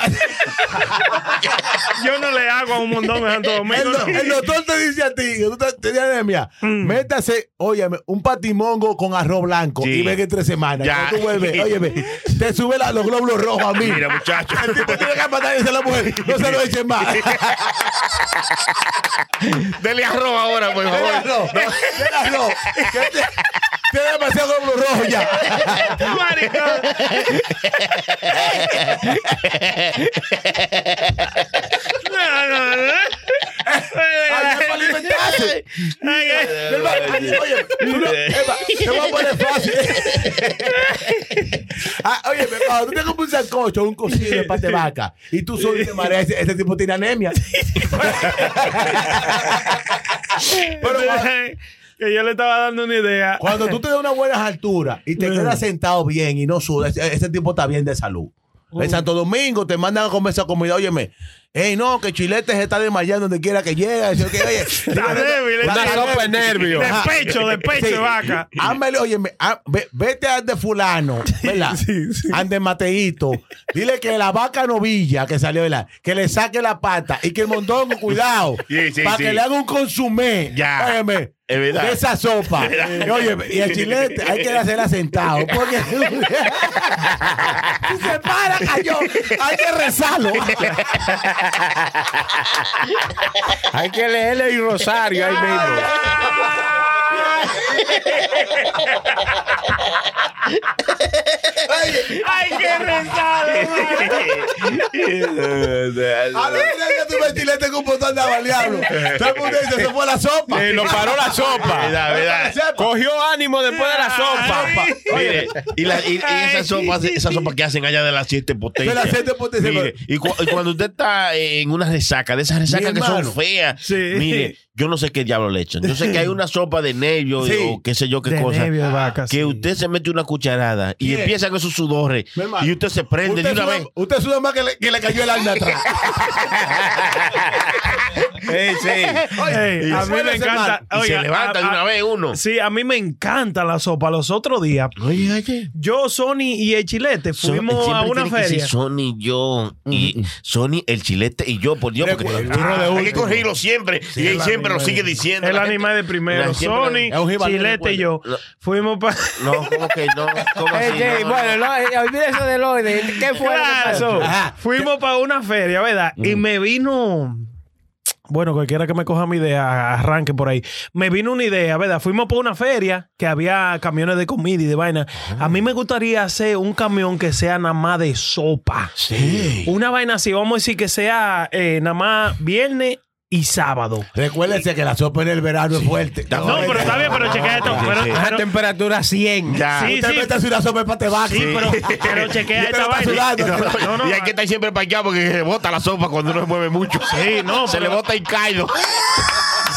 F: Yo no le hago a un mondongo en Santo Domingo.
D: el do- el doctor te dice a ti que tú te- tenías anemia.
F: Mm.
D: Métase, óyeme, un patimongo con arroz blanco
E: Sí.
D: y ven que en tres semanas.
E: Ya.
D: Cuando Tú vuelves, óyeme, te sube la- los glóbulos rojos a mí.
E: Mira, muchacho.
D: El tipo tiene que matar y dice a la mujer, no se lo echen más.
E: Dele arroz ahora, por
D: Dele
E: favor.
D: arroz, dele arroz. Que te- Tiene demasiado glóbulos rojos ya.
F: Este maricón. No, no, no.
D: Ay, es para alimentarse.
F: Ay,
D: Del barrio. Oye, tú no- Eva, te voy a poner fácil. Ah, oye, pero cuando tú te comes un sancocho, un cocido de pate vaca, y tú solo te mareas, ese, ese tipo tiene anemia. pero cuando,
F: ay. Que yo le estaba dando una idea.
D: cuando tú te das unas buenas alturas y te quedas sentado bien y no sudas, e-, ese, ese tipo está bien de salud. En Santo Domingo te mandan a comer esa comida, óyeme. Ey, no, que Chilete se está desmayando donde quiera que llega. Dice, "Ok, oye,
F: Está débil,
D: Una
F: está
D: sopa de
F: débil.
D: nervios.
F: De pecho,
E: Ah.
F: de pecho de vaca.
D: Ámale, oye, ah, vete al de fulano, ¿verdad? Ande Mateito. Dile que la vaca novilla que salió, ¿verdad? Que le saque la pata y que el mondongo, cuidado.
E: Sí, sí,
D: para
E: sí.
D: que le haga un consumé.
E: Ya.
D: Óyeme.
E: Es verdad.
D: De esa sopa. Y, óyeme, y el chilete hay que hacerla sentado. Porque si se para, cayó. Hay que rezarlo.
G: Hay que leerle el rosario ahí mismo.
F: ¡Ay, qué rentado!
D: A los tres días tu ventilete con un botón de avaliablo. Todo el mundo dice, se fue la sopa.
I: Eh, lo paró la sopa.
E: Verdad, verdad.
I: Cogió ánimo después de la sopa.
E: Mire, y, la, y, y esas sopas esa sopa que hacen allá de las siete
D: De
E: potencias.
D: las siete potencias.
E: Mire, y, cu- y cuando usted está en una resaca, de esas resacas
D: Mi
E: que son
D: hermano.
E: feas,
F: Sí.
E: mire, yo no sé qué diablo le echan. Yo sé que hay una sopa de nervio
D: Sí.
E: o qué sé yo qué
F: De
E: cosa.
F: nervio de vaca,
E: que
F: sí.
E: usted se mete una cucharada y
D: Bien.
E: empieza con sus sudores
D: Mi hermano.
E: y usted se prende
D: Usted
E: de una
D: suda,
E: vez.
D: usted suda más que le, que le cayó el alma atrás.
F: Ey, a mí
D: suele
F: me
D: ser
F: encanta.
E: Y
F: Oiga,
E: se levanta
F: a-
E: de una
F: a-
E: vez uno.
F: Sí, a mí me encanta la sopa. Los otros días,
E: Oye, oye.
F: yo, Sony y el Chilete fuimos
E: Son-
F: a
E: siempre
F: una
E: tiene que
F: feria.
E: ser Sony, yo, y Sony, el chilete y yo, por Dios, porque
D: Recuerda.
E: Ah, hay que corregirlo siempre. y él
F: el
E: siempre lo
F: animal.
E: sigue diciendo.
F: El
E: La gente-
F: animal de primero,
E: la gente-
F: Sony,
E: Es un jibarito,
F: Chilete y yo.
E: recuerda.
F: Fuimos para.
E: No, ¿cómo que no? ¿Cómo así?
G: Eh, Jay,
E: No, no,
G: bueno, lo- eh, olvídese del orden. ¿Qué fue lo que pasó?
F: Fuimos para una feria, ¿verdad? Y
E: Mm.
F: me vino. Bueno, cualquiera que me coja mi idea, arranque por ahí. Me vino una idea, ¿verdad? Fuimos por una feria que había camiones de comida y de vaina. A mí me gustaría hacer un camión que sea nada más de sopa. Sí. Una vaina así, vamos a decir que sea eh, nada más viernes y sábado.
D: Recuérdese que la sopa en el verano es fuerte. Ah,
F: No, pero está bien, pero chequea esto. Pero,
G: A
F: pero-
G: temperatura 100.
F: sí,
D: Usted
F: sí,
D: mete así una sopa para te vaca.
F: sí, pero, pero chequea
D: Y usted
F: esta
D: lo está
F: vaina.
D: sudando.
F: No, no,
E: y hay que estar siempre parqueado porque se bota la sopa cuando no se mueve mucho.
F: Sí, no,
E: Se le
F: pero-
E: bota y caído.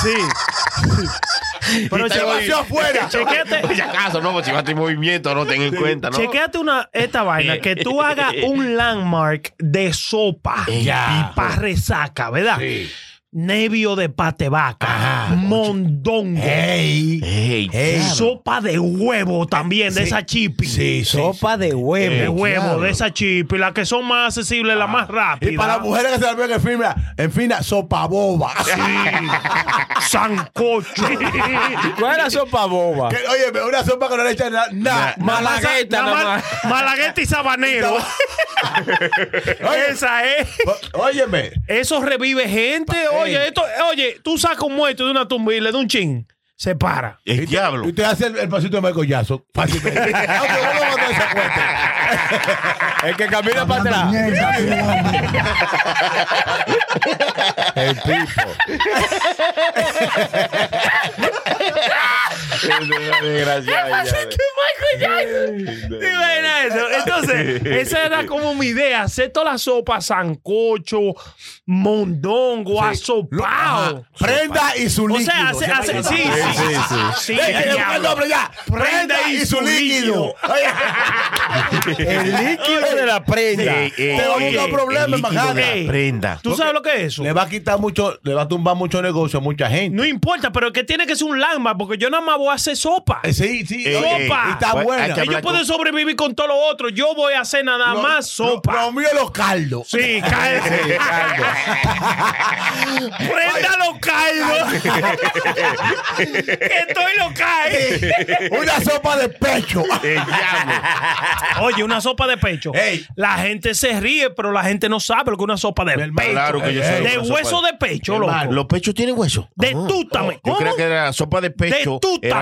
F: sí. Pero
E: Se
F: chequea-
E: vació afuera.
F: Chequéate.
E: Por si acaso, no, pues si va a tener movimiento, no ten en cuenta, ¿no?
F: Chequéate una, esta vaina, que tú hagas un landmark de sopa y para resaca, ¿verdad? Nevio de pate vaca, mondongo,
E: Ey,
F: sopa de huevo también, de esa chipi.
G: Sopa de huevo.
F: De huevo, de esa chipi, las que son más accesibles,
E: Ah.
F: las más rápidas.
D: Y para las mujeres que se la ven en fin, mira, en fin, sopa boba.
F: Sancocho.
G: ¿Cuál era sopa boba?
D: Que, oye, una sopa que no le echan nada. nada.
G: Malagueta
F: Nada
G: nada
F: más-
G: más.
F: Malagueta y sabanero. Esa es.
D: O- Óyeme,
F: Eso revive gente. Oye, esto, oye, tú sacas un muerto de una tumba y le das un chin. Se para.
E: el diablo.
D: usted hace el, el pasito de Michael Jackson fácilmente. Aunque no lo mató esa cuenta.
G: El que camina para atrás.
D: El tipo.
F: ¿Te imaginas eso? Entonces, esa era como mi idea. Hacer toda la sopa, sancocho, mondongo, asopao.
D: Prenda y su
F: O
D: líquido.
F: sea, hace, hace, sí, sí, sí, sí,
D: Ey, que le
F: diablo.
D: busque el nombre ya. Prenda y su líquido. Oye,
G: El líquido de la prenda.
D: te va a buscar problemas, majada.
F: Ey,
E: Prenda.
F: ¿Tú sabes lo que es eso?
D: Le va a quitar mucho, le va a tumbar mucho negocio a mucha gente.
F: No importa, pero es que tiene que ser un landmark porque yo nada más voy a hacer sopa.
D: Eh, Sí, sí.
E: Ey,
D: oye,
E: ey,
D: y está
E: Pues, hay
D: buena.
E: que hablar
F: Ellos pueden sobrevivir con todo lo otro. Yo voy a hacer nada
D: Lo-
F: más
D: lo-
F: sopa.
D: Lo mío los caldos.
F: Sí, cállese. Prenda lo calvo. que estoy eh. lo cae.
D: Una sopa de pecho.
F: Oye, una sopa de pecho.
D: Ey.
F: La gente se ríe, pero la gente no sabe lo que es una sopa de pecho.
E: Claro que yo sé.
F: de
E: lo que es
F: hueso
E: sopa
F: de pecho, loco.
E: ¿Los pechos tienen hueso?
F: De
E: Ah.
F: tútame.
E: Yo
F: ¿Cómo?
E: creo que la sopa de pecho eran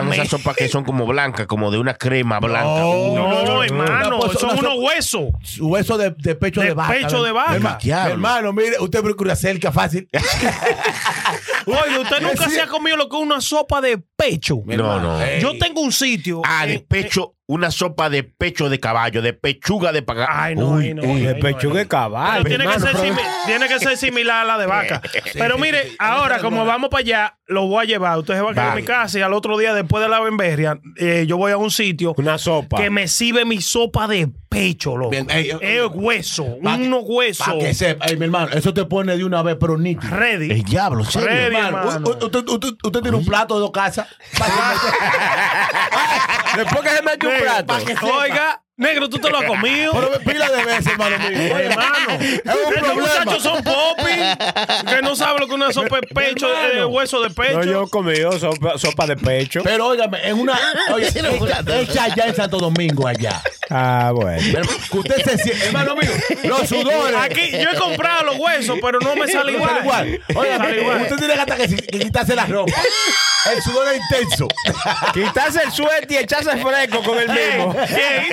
F: Detútame.
E: esas sopas que son como blancas, como de una crema blanca.
D: No.
E: Uy,
F: No,
D: No, no, no,
F: hermano,
D: una
E: pues,
D: pozo-
F: son
D: una
F: unos
D: sopa-
F: huesos.
D: Hueso de, de pecho
F: De
D: de, vaca.
F: pecho de vaca.
D: Mi herma- mi
E: Diablo.
D: hermano, mire, usted procura cerca fácil.
F: Oye, usted nunca
D: Sí.
F: se ha comido lo que es una sopa de pecho.
E: No, no.
F: Yo tengo un sitio.
G: Eh,
E: Ah, de
F: en-
E: pecho, una sopa de pecho de caballo, de pechuga de paga.
F: Ay, no, ay, no, ay,
G: De
F: no,
G: pechuga
F: ay,
G: de
F: no.
G: caballo.
F: Pero tiene, que
G: Ah, hermano,
F: ser
G: pero-
F: simi- tiene que ser similar a la de vaca. Pero mire, ahora como vamos para allá, lo voy a llevar. Usted se va a quedar en mi casa y al otro día, después de la bemberria, eh, yo voy a un sitio
G: Una sopa.
F: que me sirve mi sopa de pecho, loco.
D: Bien, ey,
F: Es hueso,
D: Pa' que-
F: unos huesos.
D: Para que sepa. Ey, mi hermano, eso te pone de una vez, pero nítido.
E: El
F: Ready.
E: diablo, ¿en serio?
F: Ready,
D: Hermano,
F: hermano.
D: u- u- usted, usted- usted tiene un plato de dos casas.
G: Después que se mete un
F: Negro,
G: plato.
F: pa' que sepa. Oiga, negro, tú te lo has comido.
D: Pero pila de veces, hermano mío.
F: Oye, hermano,
D: un
F: estos
D: problema.
F: muchachos son popis que no saben lo que es una sopa de pecho, de hueso de pecho.
G: No, yo he comido sopa, sopa de pecho.
D: eh, Pero óigame, en una. Oye, hecha, hecha allá en Santo Domingo, allá.
G: Ah, bueno.
D: Que usted se siente, hermano mío, los sudores.
F: Aquí yo he comprado los huesos, pero no me sale igual.
D: Sale igual. Oiga,
F: Sale igual.
D: usted tiene que hasta que, si- que quitarse la ropa. El sudor es intenso.
G: Quitarse el suéter y echarse fresco con el mismo.
F: Eh,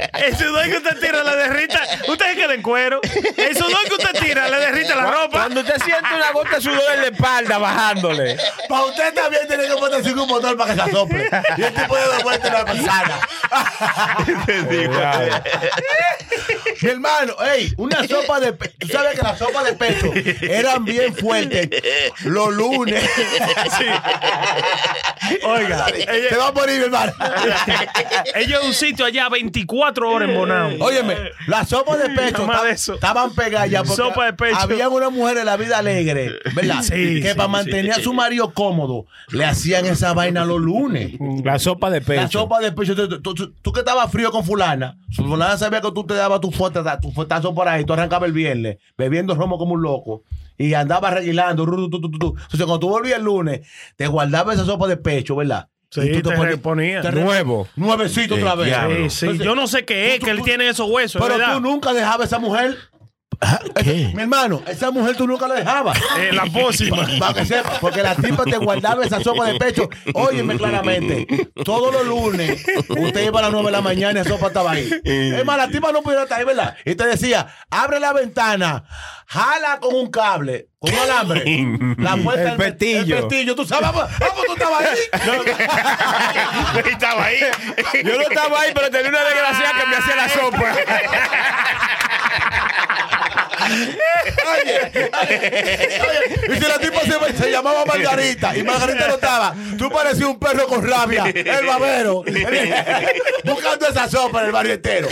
F: El sudor que usted tira le derrita. Usted se queda en cuero. El sudor que usted tira le derrita la ropa.
G: Cuando usted siente una gota de sudor en la espalda bajándole.
D: Para usted también tiene que ponerse un motor para que se sople. Y el tipo de devuelta una manzana. Mi hermano, ey, una sopa de pe- Tú sabes que las sopas de peso eran bien fuertes los lunes.
F: Oiga,
D: Te va a morir, mi hermano.
F: ellos en un sitio allá 24 horas en Bonao.
D: Óyeme, las sopas de pecho
F: Más de
D: ta-
F: eso.
D: estaban pegadas ya porque
F: Sopa de pecho.
D: había una mujer en la vida alegre, ¿verdad?
F: Sí,
D: que
F: sí,
D: para mantener a su marido cómodo le hacían esa vaina los lunes.
G: La sopa de
D: La sopa de pecho. Tú, tú- tú- tú que estabas frío con fulana, fulana sabía que tú te dabas tu, fuerza, tu fuertazo por ahí, tú arrancabas el viernes bebiendo romo como un loco y andabas reguilando. ru, tu, tu, tu, tu. Entonces cuando tú volvías el lunes, te guardabas esa sopa de pecho, ¿verdad?
F: Sí,
D: Y tú
F: te
D: ponías-
F: reponías.
D: re-
G: Nuevo.
D: Nuevecito otra vez.
F: Sí, sí.
D: Entonces,
F: Yo no sé qué es,
D: tú-
F: que él
D: tú-
F: tiene esos huesos.
D: pero
F: ¿verdad?
D: tú nunca dejabas a esa mujer. Mi hermano, esa mujer tú nunca la dejabas.
F: Eh, la pócima.
D: Para que sepa, porque la tipa te guardaba esa sopa de pecho. Óyeme claramente, todos los lunes usted iba a las 9 de la mañana y esa sopa estaba ahí. Es más, la tipa no pudiera estar ahí, ¿verdad? Y te decía, abre la ventana, jala con un cable, con un alambre, la puerta del-
G: El pestillo.
D: El pestillo, tú sabes, vamos, vamos, tú estabas ahí.
I: Estaba ahí.
G: Yo no estaba ahí, pero tenía una desgracia que me hacía la sopa.
D: Y si la tipa se, se llamaba Margarita y Margarita no estaba, tú parecías un perro con rabia, el babero, buscando esa sopa en el barrio entero.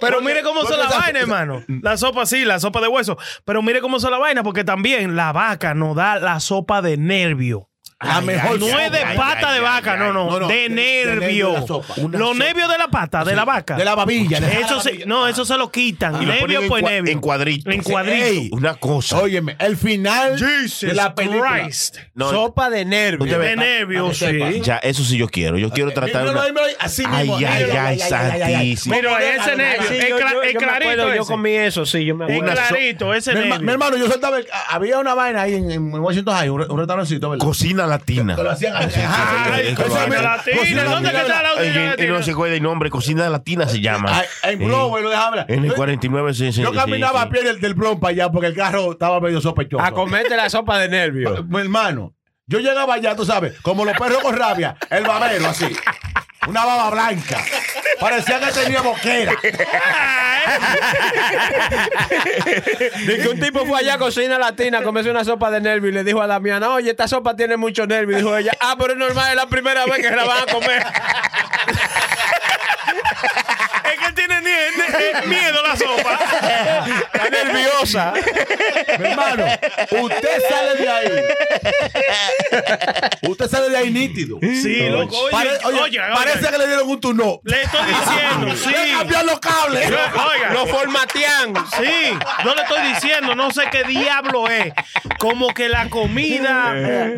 F: Pero mire cómo son
D: Porque
F: las
D: esa-
F: vainas, hermano. La sopa sí, la sopa de hueso. Pero mire cómo son las vainas, porque también la vaca nos da la sopa de nervio.
D: La mejor
F: no
D: sopa
F: es de pata de vaca, no, no,
D: No, no,
F: de,
D: de- de nervio
F: nervio.
D: la sopa. Una
F: Los
D: sopa.
F: nervios de la pata, de la vaca.
D: de la babilla. Ah. de-
F: eso se- no, eso se lo quitan.
E: Y lo
F: nervio
E: ponen en
D: pues,
F: por
E: cua-
F: nervio.
E: en cuadritos.
F: En cuadritos.
D: Ey,
E: Una cosa.
D: Óyeme, el final de la película.
F: Christ.
E: No,
G: Sopa de
E: Usted
G: nervios.
E: ve-
F: De nervios,
D: pa- pa-
F: sí.
E: ya, eso sí yo quiero. Yo quiero tratar
D: Eh, Míralo
E: una...
D: ahí, míralo ahí, así mismo.
E: Ay, ay,
D: míralo,
E: ay, santísimo.
F: Pero ese nervio,
G: Sí,
F: es,
G: yo-
F: cla-
G: yo-
F: es
G: yo me
F: clarito.
G: acuerdo, Yo
F: ese.
G: comí eso, sí, yo me
F: es
G: acuerdo.
F: clarito, ese
D: Mi, herma-
F: nervio.
D: mi hermano, yo soltaba. el- a- Había una vaina ahí en, en Washington High, un, re- un restaurancito, ¿verdad?
E: Cocina latina.
D: Que lo hacían así. Ajá,
F: Ay,
D: sí,
F: cocina
D: eso mismo.
F: latina,
D: Cocina
F: ¿dónde
D: latina,
F: que está la-
D: ¿verdad?
E: Ay, y- y no se acuerda el nombre. Cocina latina se llama. Eh,
D: Ay, En Blower, lo dejaba.
E: En el 49 sí, sí,
D: Yo
E: sí,
D: caminaba
E: sí.
D: a pie del, del Bronx para allá porque el carro estaba medio sospechoso.
G: A comerte la sopa de nervios.
D: Mi hermano, yo llegaba allá, tú sabes, como los perros con rabia, el babero así. Una baba blanca. Parecía que tenía boquera.
G: De que un tipo fue allá a cocina latina, comerse una sopa de nervios y le dijo a Damiana, oye, esta sopa tiene mucho nervio. Y dijo ella, ah, pero es normal, es la primera vez que se la van a comer.
F: Es que él tiene nie- miedo a la sopa.
G: Está nerviosa.
D: Mi hermano, usted sale de ahí. Usted sale de ahí nítido.
F: Sí, loco. Oye,
D: Pare- oye,
F: oye, oye,
D: parece que le dieron un turno.
F: Le estoy diciendo,
D: Le
F: sí.
D: cambiaron los cables.
F: Oiga,
G: Lo formatean.
F: Sí, yo le estoy diciendo, no sé qué diablo es. Como que la comida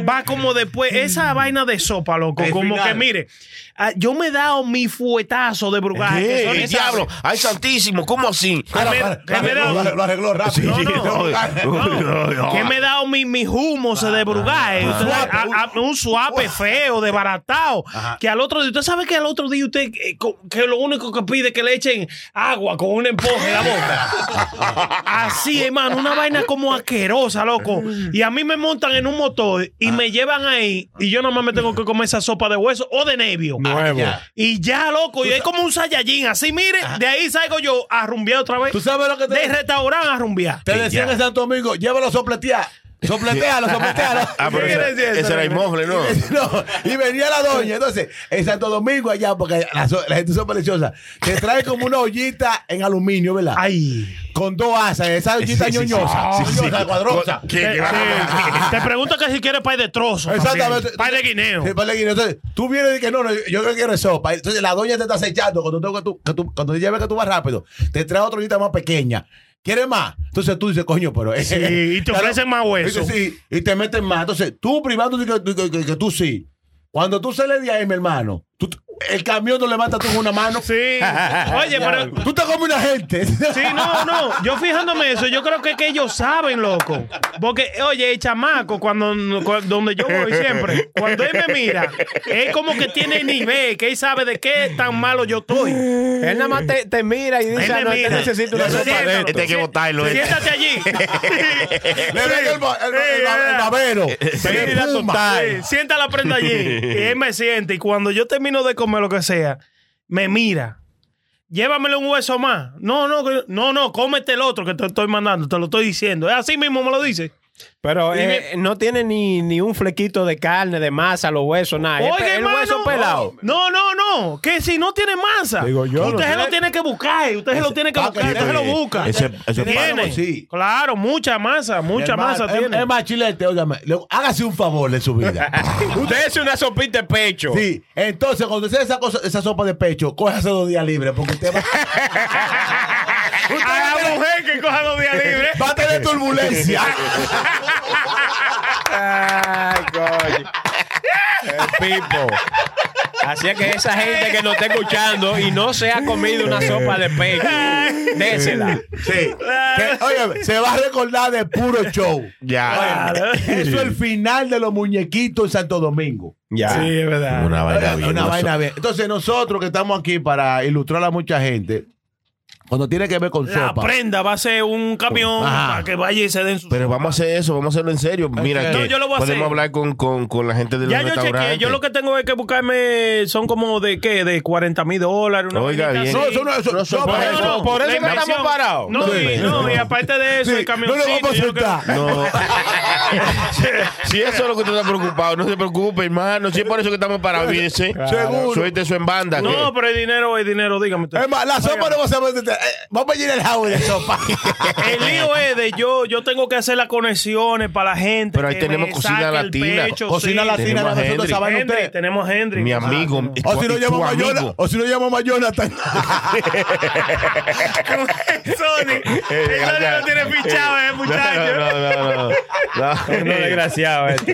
F: va como después. Esa vaina de sopa, loco.
D: El
F: Como
D: final.
F: que, mire, ah, yo me he dado mi fuetazo de brugaje. que son
E: Ey,
F: esas-
E: Eh, diablo! ¡Ay, santísimo! ¿Cómo así?
D: Ahora,
F: me-
D: para-
F: que me
D: lo,
F: da-
D: arregló- lo arregló rápido.
F: No, no.
E: No, no.
F: Que me he dado mi, mi humo de brugaje. Usted sabe,
D: suape,
F: a- a- un suape feo, desbaratado. Que al otro día, usted sabe que al otro día usted, eh, co- que lo único que pide es que le echen agua con un empuje en la boca. Así, hermano, una vaina como asquerosa, loco. Y a mí me montan en un motor y me llevan ahí y yo nomás me tengo que comer esa sopa de hueso o de nervio.
D: Ah,
G: Nuevo.
F: Y ya, loco, y es como un sayallín. Así, mire, de ahí salgo yo a rumbear otra vez.
D: ¿Tú sabes lo que
F: De
D: te,
F: restaurante a rumbear.
D: te decían en Santo Domingo? Llévalo a sopletear. Sopletealo, sopletealo.
E: Ah, pero
D: ¿Qué quiere decir
E: ese,
D: eso,
E: ese era
D: hermano?
E: inmoble, ¿no?
D: No, y venía la doña. Entonces, en Santo Domingo allá, porque la, so- la gente son preciosa, te trae como una ollita en aluminio, ¿verdad?
F: Ay.
D: Con dos asas, esa ollita
E: Sí, Ah,
F: ah,
E: sí, sí.
D: ñoñosa,
E: Sí, sí.
D: ñoñosa, cuadrosa.
E: ¿Qué- qué va-
F: Eh, Sí. Te pregunto que si quieres pay de trozo.
D: Exactamente.
F: Pay de guineo.
D: Sí, para el guineo. Entonces, tú vienes y que no, no, yo creo que no es sopa. Entonces, la doña te está acechando. Cuando, tengo que tú, que tú- cuando ella ve que tú vas rápido, te trae otra ollita más pequeña. ¿Quieres más? Entonces tú dices, coño, pero.
F: Sí, y te ofrecen más hueso.
D: Dices, Sí, y te meten más. Entonces, tú privando que, que- que- que tú sí. Cuando tú sales de ahí, mi hermano, tú, el camión no levanta tú con una mano.
F: Sí. Oye, pero.
D: Tú te comes una gente.
F: Sí, no, no. Yo fijándome eso, yo creo que, es que ellos saben, loco. Porque, oye, el chamaco, cuando, cu- donde yo voy siempre, cuando él me mira, es como que tiene nivel, que él sabe de qué tan malo yo estoy.
G: Él nada más te, te mira y dice,
F: Él
G: "Ah,
F: me
G: no, te
F: mira.
G: necesito una
F: Yo
G: sopa
F: siento,
G: de esto.
E: Este hay que botarlo. este.
F: Siéntate allí.
D: Le ven el, ba- el, el- el- el babero. Se le espuma.
F: Sí, sienta la prenda allí. Y él me siente. Y cuando yo termino de comer lo que sea, me mira. Llévamele un hueso más. No, no, que- no, no, cómete el otro que te estoy mandando, te lo estoy diciendo. Es así mismo me lo dice.
G: Pero
F: Y
G: eh, no tiene ni, ni un flequito de carne, de masa, los huesos, nada. Es pe-
F: Oye,
G: el
F: hermano.
G: hueso pelado.
F: No, no, no. Que si no tiene masa,
D: Digo yo,
F: usted
D: no
F: se lo
D: tiene-
F: tiene que buscar. Usted se lo tiene que
D: Ah,
F: buscar.
D: que
F: Usted se lo
D: tiene-
F: busca.
D: ese- ese
F: tiene.
D: páramo, sí.
F: Claro, mucha masa, mucha
D: Hermano,
F: masa
D: es-
F: tiene.
D: Es más chilete, óigame. le- Hágase un favor de su vida.
F: Ah,
G: Usted es una sopita de pecho.
D: Sí, entonces cuando usted esa, cosa, esa sopa de pecho, cójase dos días libres porque usted va,
F: a la mujer que coja los días libres.
D: va a tener turbulencia.
G: Ay, coño. El pipo. Así es que esa gente que nos está escuchando y no se ha comido una sopa de pecho, désela.
D: Sí. Que, óyeme, se va a recordar de puro show.
E: Ya.
D: Óyeme, Eso es el final de los muñequitos en Santo Domingo.
G: Ya.
F: es verdad.
E: Una vaina bien.
D: Una
E: no
D: vaina bien. Entonces, nosotros que estamos aquí para ilustrar a mucha gente, cuando tiene que ver con
F: La
D: sopa.
F: prenda va a ser un camión
D: Ajá.
F: para que vaya y se den su.
E: Pero vamos a hacer eso, vamos a hacerlo en serio. Mira,
F: No,
E: que
F: yo lo voy a
E: podemos
F: hacer.
E: hablar con, con, con la gente de los
F: ya yo chequeé,
E: restaurantes.
F: yo lo que tengo es que buscarme, son como de qué, de 40 mil dólares, una
E: Oiga,
F: vainita
E: bien.
F: así.
D: No, eso no, eso,
E: No, eso
D: sopa,
E: por
D: eso.
E: eso.
G: por
F: la
G: eso que
F: inversión-
G: estamos parados.
F: No, y, no, y aparte de eso,
D: Sí,
F: el
D: no
F: camioncito.
D: lo vamos a
F: yo creo-
D: soltar.
E: No. si eso es lo que usted está preocupado, no se preocupe, hermano. Si es por eso que estamos para vivirse.
D: Seguro.
E: Suelte eso en banda.
F: No,
E: que-
F: pero el dinero es dinero, dígame usted.
D: Es más, la sopa no va a ser. eh, Vamos a llenar el jabón de
E: Eh,
D: sopa.
F: El lío es de yo, yo tengo que hacer las conexiones para la gente.
E: Pero ahí
F: que
E: tenemos
F: me
E: cocina
F: saque el
E: latina.
F: pecho,
D: Cocina
F: sí.
D: latina,
E: Tenemos a
D: nosotros
E: Henry.
D: sabemos
F: Henry,
D: ustedes.
F: tenemos a Henry.
E: mi amigo,
F: Ah,
D: O si no
E: tu- tu
D: llamamos a
E: amigo.
D: Jonathan. O si no llamamos a Jonathan.
F: Sony, el Sony
E: Eh, gracias.
F: lo tiene fichado, eh, muchacho.
E: No, no, Eh, no, no, no.
G: No, desgraciado esto.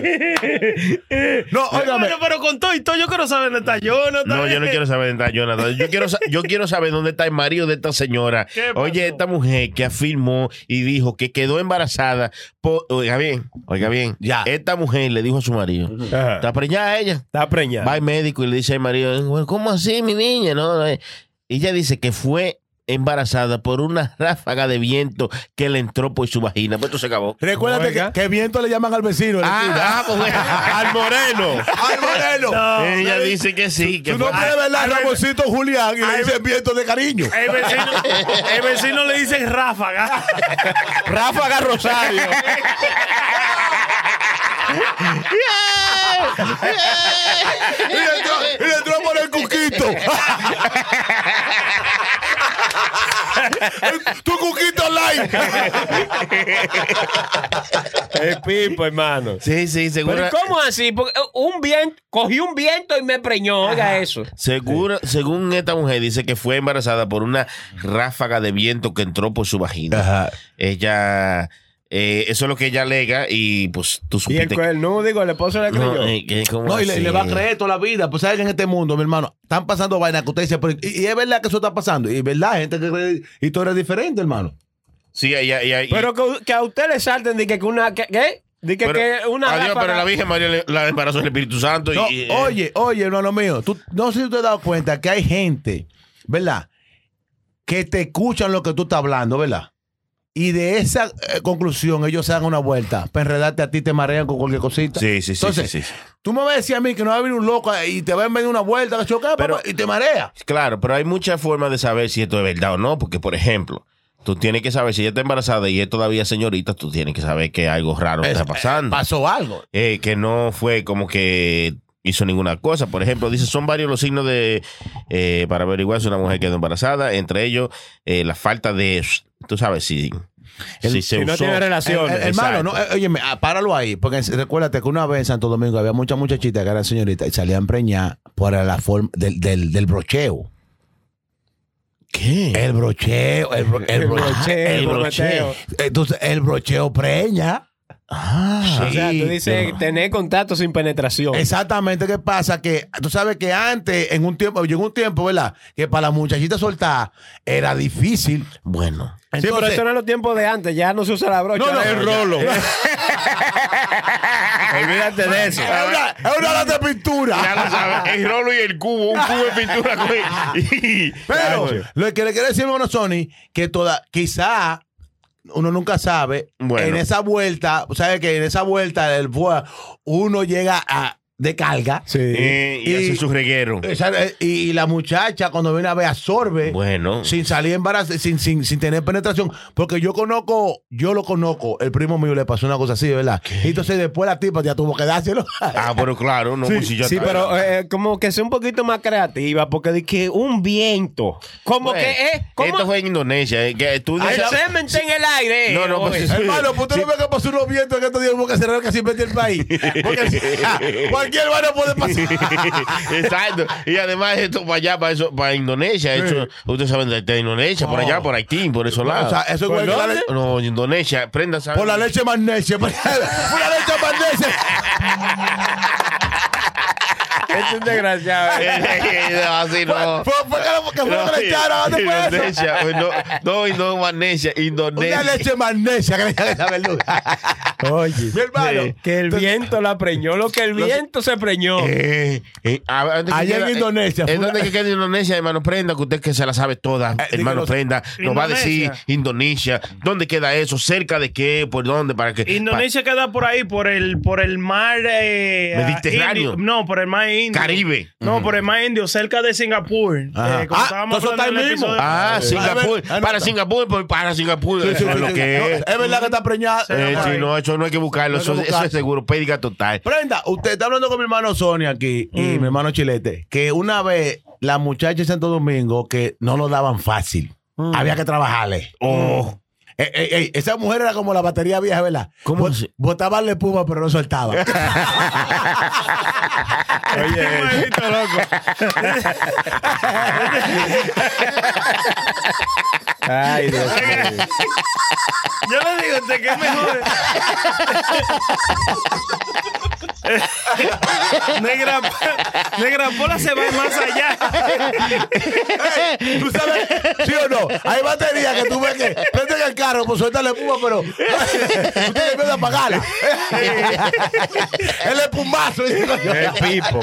D: No, óigame.
F: Hermano, pero con todo y todo, yo quiero saber dónde está Jonathan.
E: No, yo no quiero saber dónde está Jonathan. Yo quiero, sa- yo quiero saber dónde está el marido de esta señora.
F: ¿Qué pasó?
E: Oye, esta mujer que afirmó y dijo que quedó embarazada. por- oiga bien, oiga bien.
D: Ya.
E: Esta mujer le dijo a su marido. Está preñada ella.
G: Está
E: Va
G: preñada.
E: el médico y le dice al marido, "Bueno, ¿cómo así, mi niña? No, no, eh. Ella dice que fue embarazada por una ráfaga de viento que le entró por su vagina. Pues esto se acabó.
D: Recuérdate que,
G: Oiga.
D: que viento le llaman al vecino.
E: Ah, ah, pues, Ah, al moreno.
D: al moreno.
E: Ella dice que sí. Que
D: Tú no
E: fue-
D: puedes ver a Ramoncito Julián y le dicen viento de cariño.
F: El vecino, el vecino le dicen ráfaga.
E: Ráfaga Rosario.
A: ¡Eh!
D: Y le entró, y le entró por el cuquito. tu cuquito live.
G: El pipo, hermano.
E: Sí, sí,
G: Pero
E: segura,
G: ¿y ¿cómo así? Porque eh, un viento, cogí un viento y me preñó, oiga eso.
E: segura- según esta mujer, dice que fue embarazada por una ráfaga de viento que entró por su vagina. Ella, eh, eso es lo que ella alega y pues
G: Y
E: tú
G: el
E: supiste. que-
G: cuerno, digo, el esposo le creyó.
E: No, eh, que ¿cómo
D: No, y le,
E: así?
D: le va a creer toda la vida. Pues saben que en este mundo, mi hermano, están pasando vainas que usted dice, pero- y, y es verdad que eso está pasando. Y es verdad, gente que cree historias diferentes, hermano.
E: Sí, ahí, ahí, ahí.
G: Pero que, que a usted le salten de que que una. que- ¿Qué? De que,
E: Pero-
G: que una.
E: adiós,
G: ráfaga-
E: pero la Virgen María le- la embarazó el Espíritu Santo. y-
D: No,
E: y, eh,
D: oye, oye, hermano mío, tú, no sé si tú te has dado cuenta que hay gente, ¿verdad? Que te escuchan lo que tú estás hablando, ¿verdad? Y de esa eh, conclusión ellos se dan una vuelta. Para enredarte a ti te marean con cualquier cosita.
E: Sí, sí, sí,
D: Entonces,
E: sí, sí, sí.
D: Tú me vas a decir a mí que no va a venir un loco y te va a venir una vuelta, que choca,
E: Pero-
D: papá, y te marea.
E: Claro, pero hay muchas formas de saber si esto es verdad o no, porque por ejemplo, tú tienes que saber si ella está embarazada y es todavía señorita, tú tienes que saber que algo raro
D: eh,
E: está pasando,
D: Pasó algo.
E: Eh, que no fue como que hizo ninguna cosa. Por ejemplo, dice, son varios los signos de eh, para averiguar si una mujer quedó embarazada, entre ellos eh, la falta de, tú sabes, si, si se
G: si no
E: usó.
G: tiene relaciones.
D: Eh, eh, hermano, no, eh, óyeme, ah, páralo ahí, porque es- recuérdate que una vez en Santo Domingo había muchas muchachitas que eran señoritas y salían preñadas por la forma del, del, del brocheo.
E: ¿Qué?
D: El brocheo, el, bro- ah, el
G: El
D: bro-
G: brocheo,
D: el
G: el
D: brocheo.
G: brocheo.
D: Entonces, el brocheo preña.
G: o sea, tú dices tener contacto sin penetración.
D: Exactamente, ¿qué pasa? Que tú sabes que antes, en un tiempo, llegó un tiempo, ¿verdad? Que para la muchachita soltada era difícil.
E: Bueno.
G: sí, pero
D: Entonces-
G: eso no es los tiempos de antes, ya no se usa la brocha.
D: No, Eh. no,
G: ahora
D: el
G: ya-
D: rolo.
G: Olvídate de eso.
D: Es una, es una lata de
J: Ya lo
D: pintura.
J: sabes, el rolo y el cubo, un cubo de pintura. güey.
D: Pero lo que le quiero decir, hermano Sony, que toda, quizá uno nunca sabe,
J: Bueno.
D: en esa vuelta, ¿sabes que En esa vuelta del bua, uno llega a, de carga.
J: Eh, y, hace su reguero.
D: Esa- eh, Y, y la muchacha cuando viene a ver absorbe
J: Bueno.
D: sin salir embarazada, sin, sin, sin tener penetración. Porque yo conozco, yo lo conozco, el primo mío le pasó una cosa así, ¿verdad? Y entonces después la tipa ya tuvo que dárselo.
J: Ah, pero claro, no, pues si ya
G: Sí,
J: está-
G: pero eh, como que sea un poquito más creativa, porque de que un viento. Como
E: Bueno,
G: que es. como-
E: Pues, Esto fue en Indonesia. eh, que tú
G: el
E: dices-
G: semen está en el aire. eh,
E: No, no,
G: oye.
E: pues-
D: Hermano, pues usted no ve que pasó unos vientos en estos días hubo que cerrar casi medio el país. Porque ah, cualquier hermano puede pasar.
J: Exacto.
E: Y además esto para allá, para eso, para Indonesia, eso, ustedes saben de, de Indonesia, por allá, por Haití, por esos
D: Oh. O
E: lados.
D: sea, eso es igual que la le-
E: no, Indonesia, prenda sabe.
D: por la leche magnesia. Por la leche magnesia.
G: Es un desgraciado. eh.
E: no, así no.
D: Fue, fue que lo- que fue lo que le echaron. ¿Dónde fue eso?
E: Indonesia, pues, no, no, no, Indonesia,
D: Una
E: Indonesia.
D: leche magnesia que le echan esa verduga.
G: Oye.
D: Mi hermano.
G: Que el viento la preñó, lo que el viento se preñó.
E: Eh, eh, a ver, ¿dónde que
D: Allá en
E: queda?
D: Indonesia, fue
E: ¿En dónde
D: una- Eh,
E: que queda Indonesia, hermano Prenda? Que usted que se la sabe toda, hermano
D: díganos.
E: Prenda, nos va a decir
F: Indonesia.
E: Indonesia. ¿Dónde queda eso? ¿Cerca de qué? ¿Por dónde? Para que.
F: Indonesia queda por ahí, por el, por el mar. eh,
E: Mediterráneo.
F: Indio. No, por el mar indio.
E: Caribe.
F: No, por el mar indio, cerca de Singapur.
D: Ajá.
F: Eh, como
D: Ah,
F: estábamos
D: entonces está
F: hablando
D: ahí
F: en el
D: mismo.
F: episodio-
E: Ah, Singapur.
D: Ah, no,
E: para
D: está.
E: Singapur, pues, para Singapur.
D: Sí, sí,
E: eso
D: sí,
E: es lo
D: sí.
E: que
D: No, eh,
E: es.
D: es verdad que está preñada.
E: Eh,
D: Está
E: sí,
D: ahí.
E: no, eso no hay que buscarlo.
D: No hay que
E: eso, eso es
D: buscar.
E: seguro, pédica total.
D: Prenda, usted está hablando con mi hermano Sony aquí y
E: Mm.
D: mi hermano Chilete, que una vez la muchacha en Santo Domingo que no lo daban fácil.
E: Mm.
D: Había que trabajarle.
E: Oh.
D: Eh, eh, eh, esa mujer era como la batería vieja, ¿verdad?
E: ¿Cómo
D: Bot-
E: así?
D: Botaba la espuma, pero no soltaba.
G: Ay, Dios mío.
E: Ah.
F: Yo le digo a usted que es mejor. Negra, Negra Pola se va más allá.
D: ¿Tú sabes? ¿Sí o no? Hay baterías que tú ves que prende en el carro, pues suelta la espuma, pero tú tienes miedo a apagarla. el espumazo. digo yo.
G: El pipo.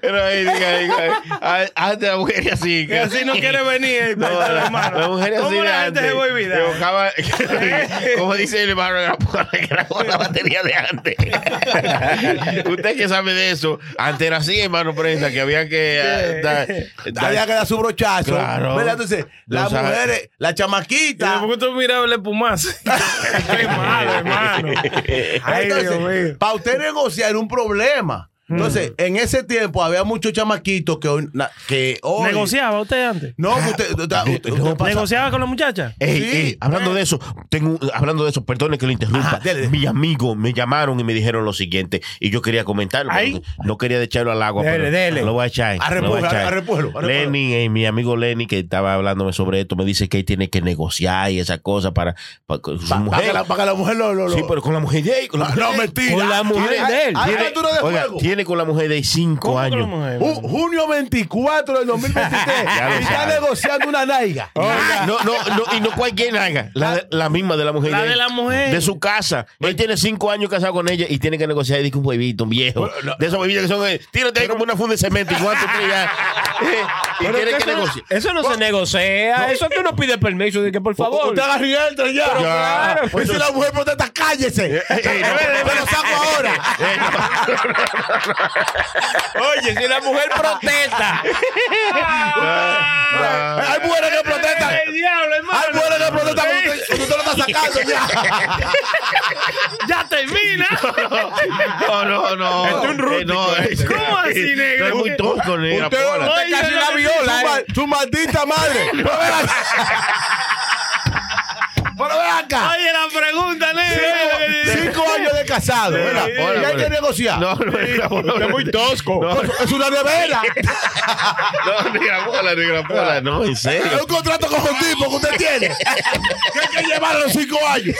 E: Pero ahí, diga, diga, ah, hazte la mujer así.
F: Que así no quiere venir el
E: No, la,
F: pastor, hermano.
E: la mujer así
F: ¿Cómo
E: de
F: la gente
E: antes,
F: se va a
E: que
F: olvidar?
E: buscaba- como dice el hermano de la porra, que grabó la batería de antes. Usted que sabe de eso, antes era así, hermano Prenda, que había que. eh, dar- dar-
D: Había que dar su brochazo.
E: Claro.
D: ¿Verdad? Entonces,
E: No
D: las
E: sabe.
D: mujeres, la chamaquita.
F: Tampoco tú mirabas el espumazo. Qué malo, hermano. Ay, Dios mío.
D: para usted negociar un problema. Entonces, en ese tiempo había muchos chamaquitos que hoy. na- Que hoy
F: ¿Negociaba usted antes?
D: No, que usted, usted- usted- usted pasa-
F: ¿Negociaba con la muchacha?
E: Ey,
D: Sí,
E: ey, hablando de eso, tengo un- hablando de eso, perdone que lo interrumpa.
D: Ajá, dele, dele.
E: Mi amigo me llamaron y me dijeron lo siguiente y yo quería comentarlo,
F: Ay.
E: pero no quería echarlo al agua,
G: Dele,
E: pero
G: dele.
E: lo voy a echar.
D: A
E: lo
D: repujo,
E: voy a echar.
D: a- a repujo, a repujo.
E: Lenny, eh, mi amigo Lenny que estaba hablándome sobre esto, me dice que él tiene que negociar y esas cosas para, para con su
D: pa- pa' que
E: mujer.
D: la, pa' que la mujer lo. lo- lo-
E: Sí, pero con la mujer de él, con la
D: Ah,
E: mujer
D: no,
E: de él.
D: mentira.
G: Con la mujer
D: Tiene-
G: de él.
D: Hay
E: Tiene-
D: altura de
E: oiga,
D: juego.
E: tiene con la mujer de él cinco
F: con la
E: años.
F: mujer?
D: Ju- junio 24 del 2023.
E: Ya lo
D: y está
E: sabe.
D: negociando una naiga.
E: Oh, No, no, no, y no cualquier naga. La, la misma de la mujer.
F: La
E: él.
F: de la mujer.
E: De su casa. Él tiene cinco años casado con ella y tiene que negociar. Y dice un huevito, un viejo. de esos huevitos que son. eh, tírate ahí como una funda de cemento y cuánto tú ya. Eh, y
G: Pero
E: tiene
G: es
E: que
G: que eso,
E: negociar.
G: eso no se negocia. Eso que uno pide permiso de que por favor.
D: Usted agarra y entra ya.
G: claro,
D: Y si la mujer protesta,
E: Eh,
D: cállese. Te lo saco ahora.
G: Oye, si la mujer protesta.
D: Hay mujeres que protestan.
F: Ah, El diablo, hermano.
D: Hay mujeres que protestan. cuando Usted cuando usted lo está sacando ya.
F: ¡Ya termina!
E: No, no, no.
D: Este es un rústico,
E: no, es-
F: ¿Cómo así, negro?
E: Es muy tonto, negra.
D: Usted
E: pola.
D: usted
G: Oiga,
D: casi
G: lo
D: la eh.
G: que
D: viola.
G: dice,
D: eh. Su maldita madre. No, verás. Pero ven acá.
F: Oye, la pregunta,
D: Cinco,
F: negro.
D: cinco años de casado.
E: Sí.
D: ¿verdad?
E: Sí.
D: y hay que negociar.
E: No, no, negra bola.
D: Es muy tosco. Es una nevera.
E: No, negra bola, negra bola. No, en
D: Es
E: serio.
D: un contrato con un tipo que usted tiene. Que hay que llevar a los cinco años.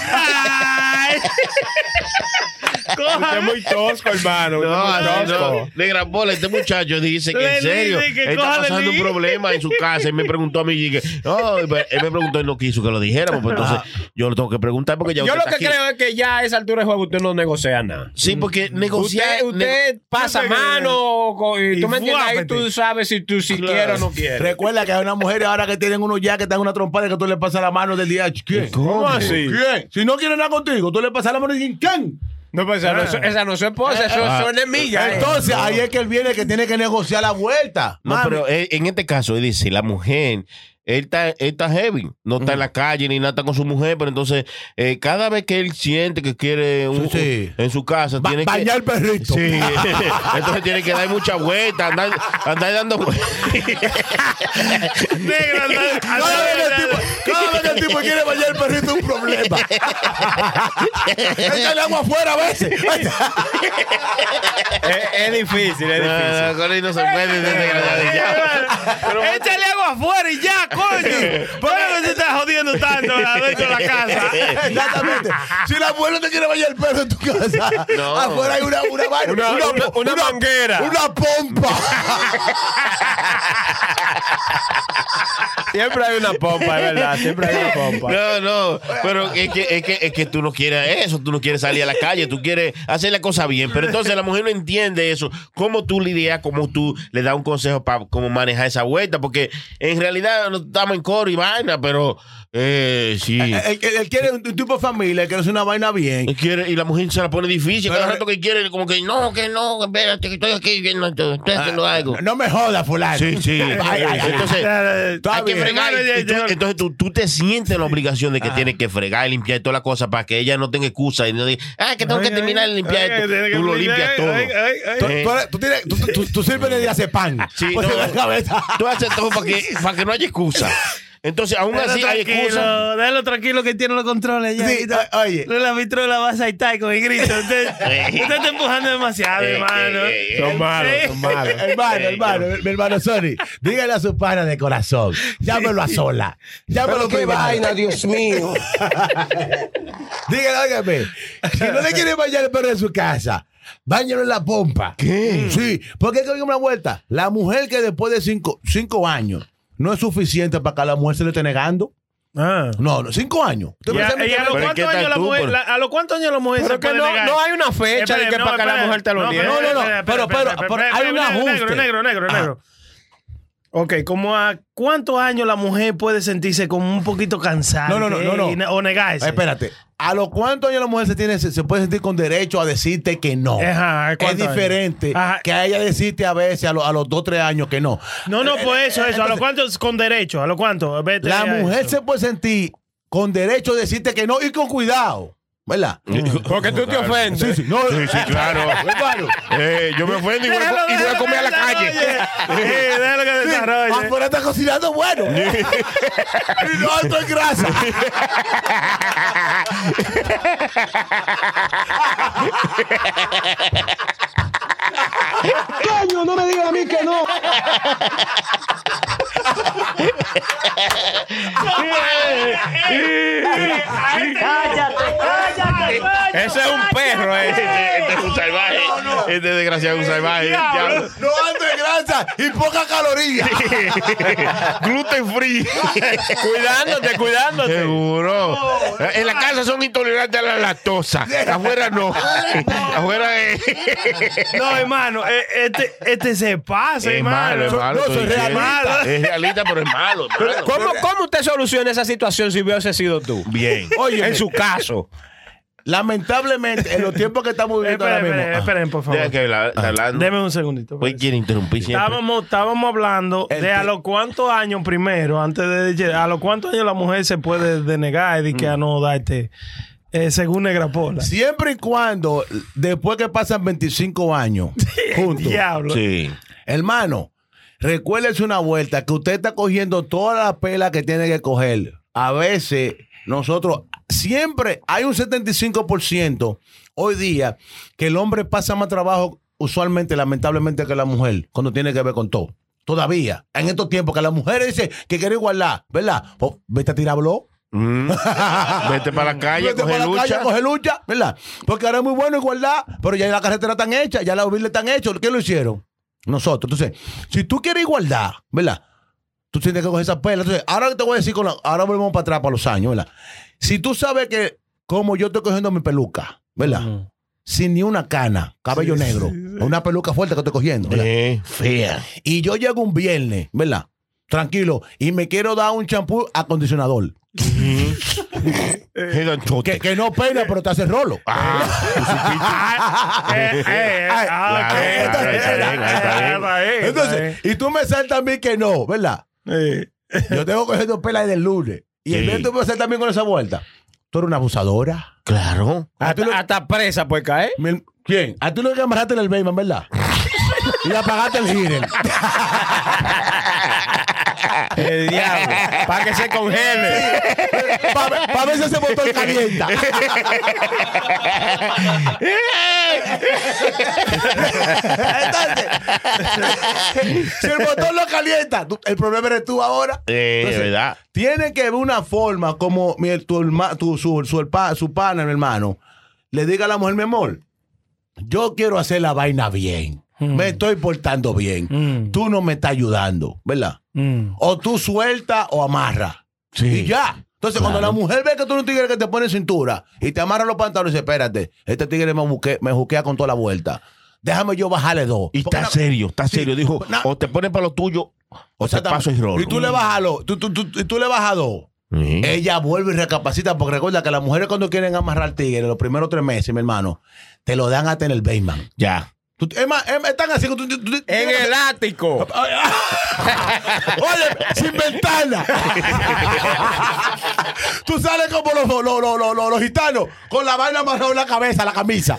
K: Usted es muy tosco, hermano.
E: No,
K: usted es
E: así
K: muy tosco.
E: no. Negra bola, este muchacho dice que
F: Le
E: en serio
F: dice que
E: está
F: coja
E: pasando un
F: Lenin.
E: problema en su casa. Él me preguntó a mí, y que, no, él me preguntó y no quiso que lo dijéramos. Pues entonces yo lo tengo que preguntar porque ya
G: Yo
E: usted
G: lo
E: está
G: que
E: aquí.
G: creo es que ya a esa altura de juego usted no negocia nada.
E: Sí, porque negociar.
G: Usted, usted pasa mano, co- y tú
F: Y
G: me entiendes, ahí
F: fuápete.
G: tú sabes si tú si quieres o no quieres.
D: Recuerda que hay unas mujeres ahora que tienen unos ya que están en una trompada que tú le pasas la mano del día. ¿Quién?
K: ¿Cómo así?
D: ¿Quién? Si no quieren nada contigo, tú le pasas la mano y dicen, ¿quién?
G: No, pues, esa, no, es su- esa no es su esposa, eso es su enemiga. eh.
D: Entonces, ahí es que él viene que tiene que negociar la vuelta.
E: No,
D: Mami,
E: pero él- en este caso, él dice, la mujer, él está, él está heavy, no está en la calle ni nada, está con su mujer, pero entonces, eh, cada vez que él siente que quiere un,
D: Sí, sí.
E: un- en su casa,
D: ba-
E: tiene que...
D: bañar el perrito.
E: Sí, entonces tiene que dar muchas vueltas, andar, andar dando vueltas.
F: Negro, anda-
D: Cada
F: anda-
D: vez, que el tipo, cada vez que el tipo quiere bañar el perrito es un problema. Échale agua afuera a veces.
G: es, es difícil, es difícil.
E: Ah, con él no se puede, desgraciado, ya.
F: Échale agua afuera y ya, coño. ¿Por qué te estás jodiendo tanto adentro de la casa?
D: Exactamente. Si la mujer no te quiere bañar el perro en tu casa,
E: No.
D: afuera hay una, una, vaina,
K: Una-
D: una-
K: una- una manguera.
D: Una pompa.
K: Siempre hay una pompa, es verdad. Siempre hay una pompa.
E: No, no, pero es que, es, que, es que tú no quieres eso, tú no quieres salir a la calle, tú quieres hacer la cosa bien, pero entonces la mujer no entiende eso, cómo tú lidias, cómo tú le das un consejo para cómo manejar esa vuelta, porque en realidad no estamos en coro y vaina, pero eh, sí.
D: Él, él- él quiere un tipo de familia, él quiere hacer una vaina bien.
E: Él Quiere, y la mujer se la pone difícil, cada
D: Pero-
E: rato que quiere, como que no, que no, espérate, que estoy aquí viendo, estoy haciendo
D: Ah,
E: algo.
D: No me jodas, fulano.
E: Sí, sí.
D: Ay, ay, ay.
E: Entonces,
D: Está
E: hay que
D: bien.
E: fregar. Ah.
F: Hermano, ya-
E: Y tú-
F: ya-
E: entonces tú, tú te sientes en la obligación de que tienes que fregar y limpiar y toda la cosa para que ella no tenga excusa y no diga, ah, que tengo que terminar de limpiar
F: Ay,
E: esto.
F: ay,
E: Tú lo
F: ay,
E: limpias
F: ay,
E: todo.
F: ay, ay, ay.
D: Tú,
E: Eh.
D: tú eres- tú tienes- tú- tú- tú- tú sirves de hacer pan.
E: Sí,
D: Pues
E: no.
D: en la cabeza.
E: Tú haces todo para que, para que no haya excusa. Entonces, aún así hay excusa.
F: déjalo tranquilo que tiene los controles ya.
D: Sí, ah.
F: Y ta-
D: o- oye.
F: No la vitro la vas a estar con el grito. Usted,
E: Ey.
F: usted está empujando demasiado,
E: Ey,
F: hermano.
E: ey, ey, ey.
K: Son malos,
F: Sí.
K: son malos.
D: hermano, hermano, mi hermano Sony, dígale a su pana de corazón. Llámelo a sola. Llámelo privado.
L: Dios mío.
D: Dígale, óigame, si no le quiere bañar el perro en su casa, báñalo en la pompa. ¿Qué? Sí, porque es que oiga una vuelta. La mujer que después de cinco, cinco años no es suficiente para que a la mujer se le esté negando.
F: Ah.
D: No, no, cinco años. Usted
F: Y a,
D: pensaba
F: y a
D: que-
F: los
E: Pero ¿qué
F: cuántos
E: tal
F: años la
E: tú,
F: mujer,
E: por-
F: la- a los cuántos años la mujer se
G: Pero que
F: puede
G: no,
F: negar?
G: no hay una fecha de
F: Espérate,
G: que para que la
F: espérate.
G: mujer te lo
F: No,
G: niegue.
D: no, no, no,
F: espérate,
D: pero- pero
F: espérate, espérate,
D: por-
F: espérate,
D: hay un
F: espérate, Negro,
D: ajuste.
F: negro, negro, negro. Ok, como a cuántos años la mujer puede sentirse como un poquito cansada
D: No, no, no, no, Ah, no.
F: y ne- o negarse.
D: Espérate. ¿A los cuántos años la mujer se tiene se, se puede sentir con derecho a decirte que no?
F: Ajá,
D: es
F: ¿cuántos años?
D: diferente
F: Ajá.
D: que a ella decirte a veces a, lo- a los dos, tres años que no.
F: No, no,
D: Eh,
F: por
D: eh,
F: eso, eso. ¿A
D: entonces,
F: los cuántos con derecho? ¿A los cuántos? Vete
D: La
F: a
D: mujer
F: eso.
D: se puede sentir con derecho a decirte que no y con cuidado. ¿Verdad?
K: Porque tú te ofendes.
D: Sí, sí, no,
E: Sí, sí, claro.
D: Hermano,
E: Eh, yo me ofendo y voy, a- y voy a comer a la calle.
F: Sí, déjalo que
D: Sí, Ah,
F: desarrolle.
D: afuera está cocinando bueno. y no, esto es grasa.
G: Eh,
K: Ese es un perro, ese.
E: Este, este es un salvaje. Este desgraciado es un salvaje. Diablo.
D: No, esto es grasa y poca caloría.
E: Gluten free.
K: Cuidándote, cuidándote.
E: Seguro. En la casa son intolerantes a la lactosa. Afuera no. Afuera es.
F: No, hermano, eh, este, este se pasa,
E: Es malo,
F: hermano.
E: es malo.
D: No,
E: estoy
D: eso es
E: diciendo.
D: realista.
E: Es realista, pero es malo. es malo.
G: ¿Cómo, ¿Cómo usted soluciona esa situación si hubiese sido tú?
E: Bien.
D: Oye,
G: En su caso.
D: lamentablemente, en los tiempos que estamos viviendo
F: Esperen,
D: ahora
F: esperen,
D: mismo.
F: esperen, por favor.
E: Deja Ah. que la-
D: Ah,
E: está hablando.
F: Deme un segundito.
E: Hoy quiere interrumpir siempre.
F: Estábamos, estábamos hablando
D: El
F: de a
D: te-
F: los cuántos años primero, antes de llegar- a los cuántos años la mujer se puede denegar y
E: Mm.
F: que a no darte, eh, según Negra Pola.
D: Siempre y cuando, después que pasan 25 años juntos,
F: Diablo.
E: Sí.
D: hermano, recuérdese una vuelta que usted está cogiendo toda la pela que tiene que coger. A veces Nosotros siempre hay un 75% hoy día que el hombre pasa más trabajo usualmente, lamentablemente, que la mujer cuando tiene que ver con todo. Todavía, en estos tiempos que las mujeres dicen que quiere igualdad, ¿verdad? Oh, vete a tirar blog.
J: Mm. Vete para la calle,
D: Vete
J: coge
D: para la
J: lucha.
D: calle, coge lucha, ¿verdad? Porque ahora es muy bueno igualdad, pero ya la carretera están hecha, ya las mobiles están hechas. ¿Qué lo hicieron? Nosotros. Entonces, si tú quieres igualdad, ¿verdad? Tú tienes que coger esa pela. Entonces, ahora te voy a decir, con la- ahora volvemos para atrás, para los años, ¿verdad? Si tú sabes que, como yo estoy cogiendo mi peluca, ¿verdad? Sin ni una cana, cabello negro, una peluca fuerte que estoy cogiendo, ¿verdad?
J: Eh, fea.
D: Y yo llego un viernes, ¿verdad? Tranquilo, y me quiero dar un champú acondicionador. Que, que no peina, pero te hace rolo.
J: eh, Ah,
F: Eh, eh,
D: Ay,
J: claro,
F: ah, ok.
J: claro, ahí está bien, ahí está bien.
F: Está bien, está
D: Entonces,
F: bien.
D: y tú me saltas a mí que no, ¿verdad? Yo tengo cogiendo pela desde el lunes. Y el
J: Sí.
D: viernes tú me saltas también con esa vuelta. Tú eres una abusadora.
J: Claro.
D: A tú lo-
G: Hasta, hasta presa pues, puede caer.
D: mi- ¿Quién? A tú lo que amarraste en el Bayman, ¿verdad? y apagaste el heater.
G: El diablo. Para que se congele.
D: Para pa ver si ese motor calienta. Entonces, si el motor lo calienta, tú- el problema eres tú ahora.
J: Eh,
D: Entonces,
J: ¿verdad?
D: Tiene que haber una forma como mi- tu, herma- tu- su, su, herpa- su pana, mi hermano, le diga a la mujer, mi amor, yo quiero hacer la vaina bien. Me estoy portando bien.
F: Mm.
E: Mm,
D: Tú no me estás ayudando, ¿verdad? O tú sueltas o amarras. Y ya. Entonces, cuando la mujer ve que tú eres un tigre que te pone cintura y te amarra los pantalones, dice, espérate, este tigre me, buque- me juquea con toda la vuelta. Déjame yo bajarle dos.
J: Y
D: Porque
J: está
D: una-
J: serio, está
D: Sí,
J: serio. Dijo,
D: na-
J: o te pones para lo tuyo, o te paso el rol.
D: Y tú le bajas a los- tú- tú- tú- y tú le bajas a Eh. dos. Ella vuelve y recapacita, porque recuerda que las mujeres cuando quieren amarrar tigre, los primeros tres meses, mi hermano, te lo dan hasta en el Bayman.
J: Ya.
D: Tú- es más, es- están así. tú- tú- tú- tú-
G: En el ático.
D: Oye, sin ventana. Tú sales como los, los, los, los, los- los gitanos, con la vaina amarrada en la cabeza, la camisa.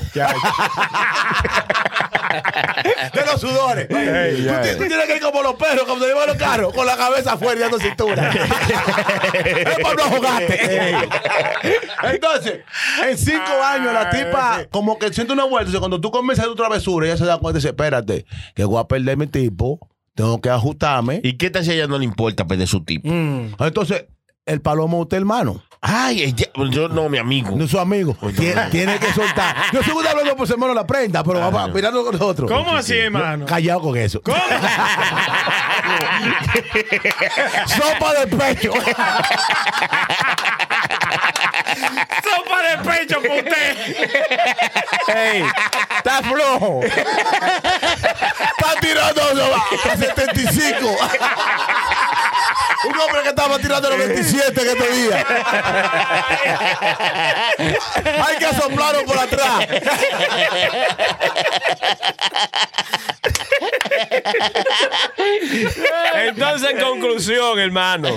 D: De los sudores. tú, ti- tú tienes que ir como los perros, como se llevan los carros, con la cabeza afuera y dando cintura. es para no jugarte. Entonces, en cinco años la tipa como que siente una vuelta. Entonces, cuando tú comienzas tu travesura, ella se da cuenta y dice, espérate, que voy a perder mi tipo, tengo que ajustarme.
J: ¿Y qué tal si a ella no le importa perder su tipo?
D: Mm. Entonces, el palomo es usted, hermano.
J: Ay, ella- yo no, mi amigo.
D: No es su amigo. Tiene, tiene que soltar. Yo sigo hablando por semana la prenda, pero vamos mirando con nosotros.
F: ¿Cómo así, hermano?
D: Callado con eso. Sopa de pecho.
F: Sopa de pecho con usted.
G: Ey, está flojo.
D: Está tirando a 75. Un hombre que estaba tirando los 27 en este día. Hay que soplarlo por atrás.
G: Entonces, en conclusión, hermano,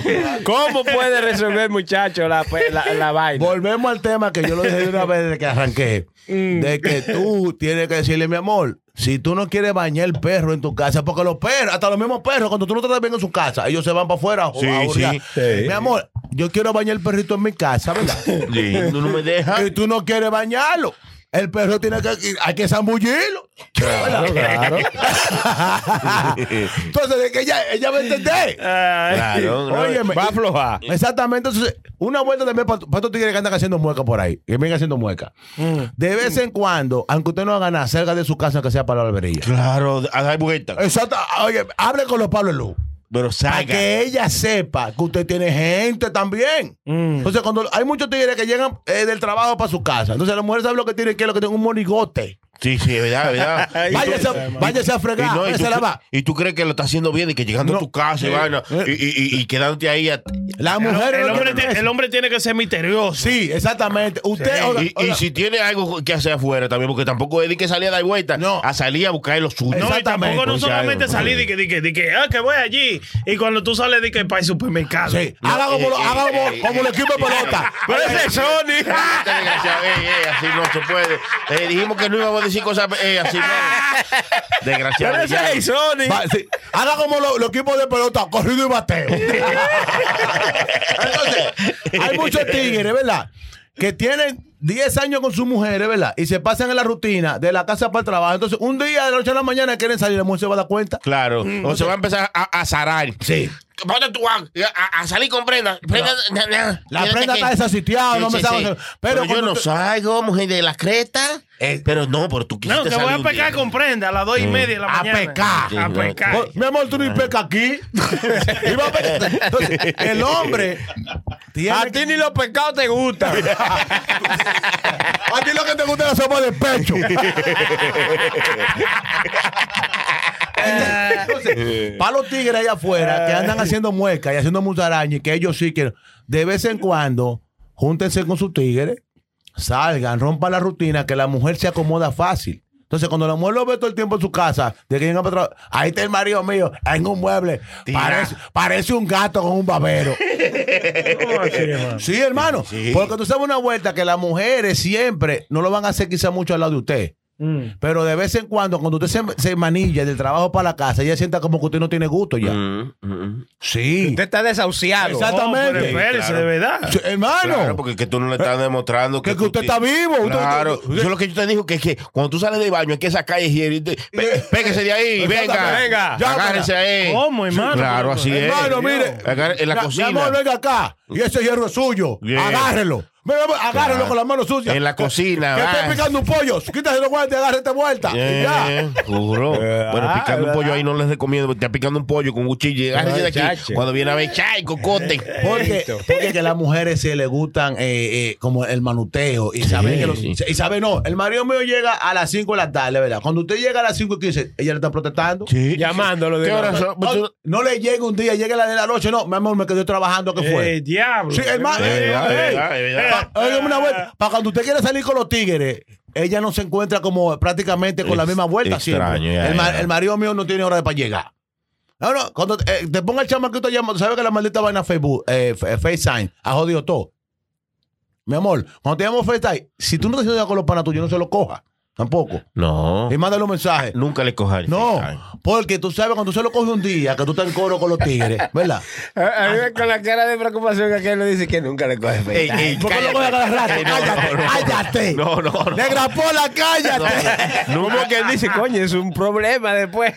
G: ¿cómo puede resolver, muchacho, la, pe- la, la vaina?
D: Volvemos al tema que yo lo dije de una vez desde que arranqué. De que tú tienes que decirle, mi amor, si tú no quieres bañar el perro en tu casa, porque los perros, hasta los mismos perros, cuando tú no tratas bien en su casa, ellos se van para afuera. a
J: Sí,
D: hurgar.
J: sí.
D: Mi amor, yo quiero bañar el perrito en mi casa, ¿verdad?
J: Sí, no, no me deja.
D: y tú no quieres bañarlo. El perro tiene que, hay que zambullirlo. Claro, claro. Entonces, de que ella, ella va a entender.
J: Ah. Claro, no.
D: Óyeme,
G: Va a aflojar.
D: Exactamente. Entonces, una vuelta también para estos tigres que andan haciendo mueca por ahí. Que vengan haciendo mueca. De vez en cuando, aunque usted no haga nada, salga de su casa que sea para la barbería.
J: Claro, a dar vuelta.
D: Exacto. Oye, hable con los Pablo Luz.
J: Pero
D: Para
J: saca.
D: que ella sepa que usted tiene gente también. Entonces, cuando hay muchos tigres que llegan eh, del trabajo para su casa. Entonces, la mujer sabe lo que tiene que es lo que tiene un monigote.
J: Sí, sí, es verdad, es verdad. Y
D: Váyase,
J: tú-
D: a- váyase a
J: y,
D: fregar,
J: no, y,
D: váyase
J: tú,
D: a lavar.
J: y tú crees que lo está haciendo bien y que llegando
D: No. Eh,
J: a tu casa y, vaina, y, y- y- y quedándote ahí a-
D: La mujer
F: El
D: no
F: hombre,
D: tiene-
F: tiene, el hombre tiene que ser misterioso.
D: Sí, exactamente. Usted. oiga,
J: y, y
D: oiga.
J: si tiene algo que hacer afuera también, porque tampoco es de que salía a dar vuelta,
D: No.
J: a salir a buscar lo suyo.
F: No, y
D: Exactamente.
F: tampoco no
J: O sea,
F: solamente
J: eh,
F: salir de que, di que, di que, ah, que voy allí. Y cuando tú sales, de que para el supermercado.
D: Sí, haga como, lo- haga como, como el equipo de pelota.
G: Pero ese es Sony.
J: eh, Este desgraciado, ey, ey, así no se puede. Eh, dijimos que no íbamos a
E: decir cosas eh, así. ¿no? Desgraciado.
G: Pero ese
E: ya.
G: es Sony.
D: Va, sí. Haga como lo- los equipos de pelota, corrido y bateo. Entonces, hay muchos tigres, ¿verdad? Que tienen 10 años con sus mujeres, ¿verdad? Y se pasan en la rutina de la casa para el trabajo. Entonces, un día de la noche a la mañana quieren salir, la mujer se va a dar cuenta.
E: Claro. O se va a empezar a, a zarar.
D: Mm. Sí.
E: ¿Dónde tú vas? A, a salir con prenda. Prenda- na- na.
D: La
E: Fíjate
D: prenda
E: que-
D: está desasitiada,
E: Sí,
D: no me
E: sí,
D: sabe
E: sí.
D: hacer-
E: Pero,
D: Pero
E: yo
D: cuando Eh,
E: no
D: tú-
E: salgo, mujer de la creta. pero no, pero tú
F: No,
E: quisiste
F: que voy
E: salir
F: a
E: un
F: pecar
E: día. Mm.
F: con prenda a las dos y media de la
D: a
F: mañana.
D: pecar.
F: A
E: Sí,
F: pecar.
D: Vos, Pues, Mi amor, tú no pecas aquí. Y va a pecar. Entonces, el hombre. tiene
G: A ti ni los pecados te gustan.
D: A ti lo que te gusta es la sopa de pecho.
G: Eh.
D: Entonces, para los tigres allá afuera que andan haciendo muecas y haciendo musaraña y que ellos sí quieren, de vez en cuando, júntense con sus tigres, salgan, rompan la rutina, que la mujer se acomoda fácil. Entonces, cuando la mujer lo ve todo el tiempo en su casa, de que venga para atrás, ahí está el marido mío, en un mueble, parece, parece un gato con un babero. Sí, hermano. Porque tú sabes una vuelta que las mujeres siempre no lo van a hacer quizá mucho al lado de usted. Pero de vez en cuando, cuando usted se, se manilla del trabajo para la casa, ella sienta como que usted no tiene gusto ya.
E: Mm.
D: Sí.
G: Usted está
F: Pero
G: desahuciado.
D: Exactamente.
F: espérese, de verdad.
D: Sí, hermano.
E: Claro, porque que tú no le estás demostrando
D: Ah, Eh, que, que usted está vivo. Usted-
E: Claro,
D: usted-
E: yo lo que yo te digo que es que cuando tú sales del baño hay que sacar y y- pe- péguese de ahí, venga,
G: venga.
E: agárrese ahí.
F: ¿Cómo, hermano?
E: Claro, así es.
D: hermano, mire.
E: Agar- en la
D: Mi- mi
E: cocina.
D: amor, venga acá. Y ese hierro es suyo.
E: Bien.
D: Agárrelo. Mira, mira, agárrelo
E: Claro.
D: con las manos sucias.
E: En la
D: Que-
E: cocina,
D: Que
E: vas.
D: esté picando un pollo. Quítase los guantes, agárrate vuelta. Y ya.
E: Eh, ah, juro. Bueno, picando un pollo ahí no les recomiendo. porque Está picando un pollo con un cuchillo. y Agárrese de aquí.
G: chacho.
E: Cuando viene a ver, chay, cocote.
D: Porque, porque que a las mujeres se les gustan eh, eh, como el manuteo y saben que los, y saben, no, el marido mío llega a las 5 de la tarde, ¿verdad? Cuando usted llega a las 5 y 15, ella le está protestando.
G: Llamándolo de
E: ¿Qué horas son?
D: No,
E: Pues,
D: no le llega un día, llega la de la noche, no, mi amor, me quedé trabajando, ¿qué fue?
F: Eh, diablo.
D: sí, hermano,
E: Es
D: eh,
E: verdad,
D: eh,
E: es verdad, es verdad.
D: pa- eh, dame una vuelta. Para cuando usted quiera salir con los tigres, ella no se encuentra como prácticamente con la
E: Ex-
D: misma vuelta
E: extraño,
D: siempre.
E: ya,
D: el, ma-
E: ya.
D: el marido mío no tiene hora para llegar. No, no, cuando eh, te ponga el chamaquito llamando, ¿sabes que la maldita vaina Facebook, eh, F- FaceTime ha jodido todo? Mi amor, cuando te llamo FaceTime, si tú no te sientas con los panas tuyos, no se los coja tampoco.
E: No.
D: Y mándale un mensaje.
E: Nunca le cojan.
D: No, porque tú sabes, cuando tú se lo coges un día, que tú estás en coro con los tigres, ¿verdad?
G: A mí me- con la cara de preocupación que aquel le dice que nunca le coge
E: Ey,
G: FaceTime.
E: ey,
D: ¿Por qué lo coges a cada rato?
E: Ey, no,
D: cállate,
E: no, no.
D: cállate.
E: No, no, no.
D: Negra Pola, cállate.
G: Como que él dice, coño, es un problema después.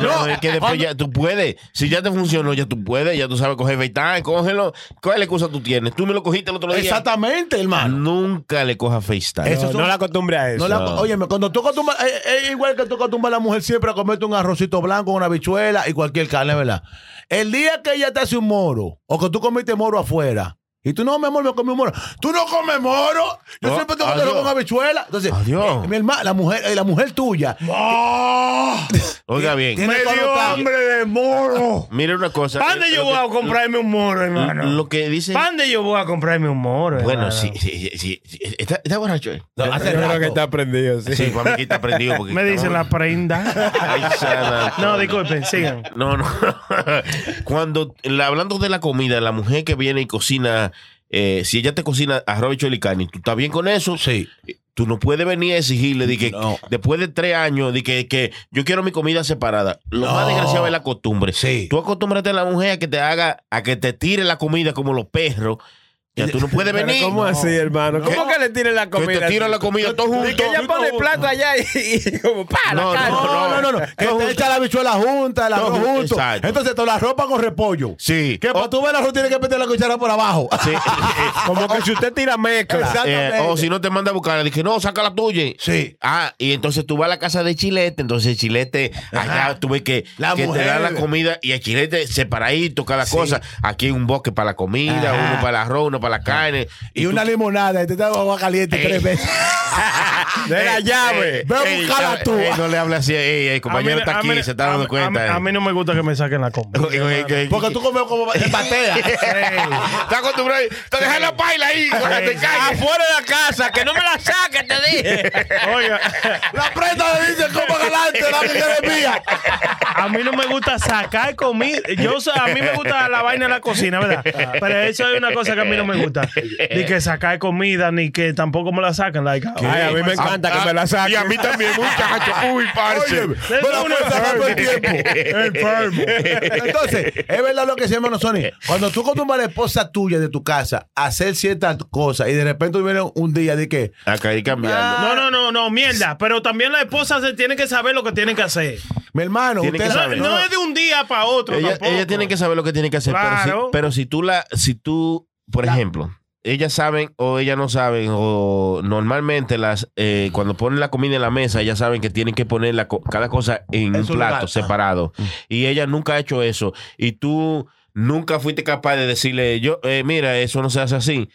E: No, es que después ya tú puedes. Si ya te funcionó, ya tú puedes. Ya tú sabes coger FaceTime, cógelo. ¿Cuál excusa tú tienes? Tú me lo cogiste el otro día.
D: Exactamente, hermano.
E: Nunca le coja FaceTime.
D: Eso es un-
G: la acostumbre a
D: No la- óyeme, cuando tú acostumbras, es, es igual que tú acostumbras a la mujer siempre a comerte un arrocito blanco, una bichuela y cualquier carne, ¿verdad? El día que ella te hace un moro, o que tú comiste moro afuera, y tú no, mi amor, me comí un moro. Tú no comes moro. Yo
E: No,
D: siempre tengo que
E: Oh, adiós.
D: con una bichuela. Entonces,
E: Adiós.
D: eh, mi hermana, la mujer, eh, la mujer tuya.
E: Oiga Ah, bien.
D: tiene todo lo tal-
F: de moro.
E: Mira una cosa.
F: ¿Para dónde
E: eh,
F: yo
E: lo
F: voy a
E: que-
F: comprarme un moro,
G: Ah,
E: lo-
F: hermano?
E: Lo que dicen.
F: ¿Para dónde yo voy a comprarme un moro,
E: Bueno,
F: hermano?
E: sí, sí, sí, sí, sí. Está, está borracho. eh?
D: No, hace rato.
G: aprendido,
E: Sí, para mí que está prendido. Porque
F: Me dicen la
E: estamos-
F: prenda.
E: Ay, sana.
F: No, disculpen, sigan.
E: No, no. Cuando la- hablando de la comida, la mujer que viene y cocina, eh, si ella te cocina arroz y cholicani, ¿tú estás bien con eso?
D: Sí.
E: Tú no puedes venir a exigirle de que
D: No.
E: después de tres años de que, que yo quiero mi comida separada. Lo más
D: No.
E: desgraciado es la costumbre.
D: Sí.
E: Tú acostúmbrate a la mujer a que te haga, a que te tire la comida como los perros. Ya tú no puedes venir.
G: ¿Cómo así, hermano? ¿Cómo que le tiren la
E: Que
G: comida?
E: te tira
G: así?
E: la comida todo
G: Y que
E: junto.
G: ella pone el plato allá y, y como pa,
E: No,
G: la cara.
D: No, no, no, no. Que te echa la bichuela junta, el arroz
E: Todo junto,
D: junto.
E: exacto.
D: Entonces, toda la ropa con repollo.
E: Sí. Eh,
D: Que para tú ver el arroz tienes que meter la cuchara por abajo.
E: Sí.
G: Como que si usted tira mezcla.
E: Eh, o si no te manda a buscar, dije, no, saca la tuya.
D: Sí.
E: Ah, y entonces tú vas a la casa de Chilete, entonces Chilete, allá tú ves que,
D: La
E: que te
D: mujer.
E: da la comida y a Chilete separadito cada cosa. Aquí hay un bosque para la comida,
D: Ajá.
E: uno para el arroz, uno para la carne.
D: Y una limonada, y te da agua caliente
E: Ey.
D: tres veces.
G: De
E: Eh,
G: la llave.
D: Ve a
E: Ey,
D: buscarla
E: ey,
D: tú.
E: ey, eh, no le hables así, ey, ey, el compañero
F: A mí-
E: está
F: a
E: aquí,
F: mí-
E: se está
F: a-
E: dando
F: a-
E: cuenta. eh.
F: A, mí no me gusta que me saquen la comida.
E: Ey, ey, ey,
D: Porque tú comes como te patea.
E: Está acostumbrado. Te dejas la paila ahí. para que te caiga.
G: Afuera de la casa, que no me la saques, te dije.
F: Oiga,
D: La prenda le dice como galante, la que es mía.
F: a mí no me gusta sacar comida. Yo, so- a mí me gusta la vaina de la cocina, ¿verdad? Pero eso es una cosa que a mí no me gusta. Ni que sacar comida, ni que tampoco me la sacan. like,
G: Ay, a mí me encanta que me la saquen.
E: Ah, Y a mí también, muchachos. Uy, parce.
D: Oye, me la puedo sacar todo el tiempo.
E: Enfermo.
D: Entonces, es verdad lo que decía hermano Sony. Cuando tú acostumbras a la esposa tuya de tu casa a hacer ciertas cosas y de repente viene un día de que.
E: Acá ahí cambiando.
F: No, no, no, no, mierda. Pero también la esposa se tiene que saber lo que tiene que hacer.
D: Mi hermano,
E: Tiene
D: usted
E: que
F: No,
E: saber.
F: no es de un día para otro.
E: Ella,
F: tampoco.
E: ella tiene que saber lo que tiene que hacer. pero si- Pero,
F: Claro.
E: si, tú la, si tú, por ejemplo, ellas saben o ellas no saben, o normalmente las eh, cuando ponen la comida en la mesa, ellas saben que tienen que poner la co- cada cosa en
D: En
E: un
D: su
E: plato
D: lugar.
E: separado. Y ella nunca ha hecho eso. Y tú nunca fuiste capaz de decirle, yo, eh, mira, eso no se hace así.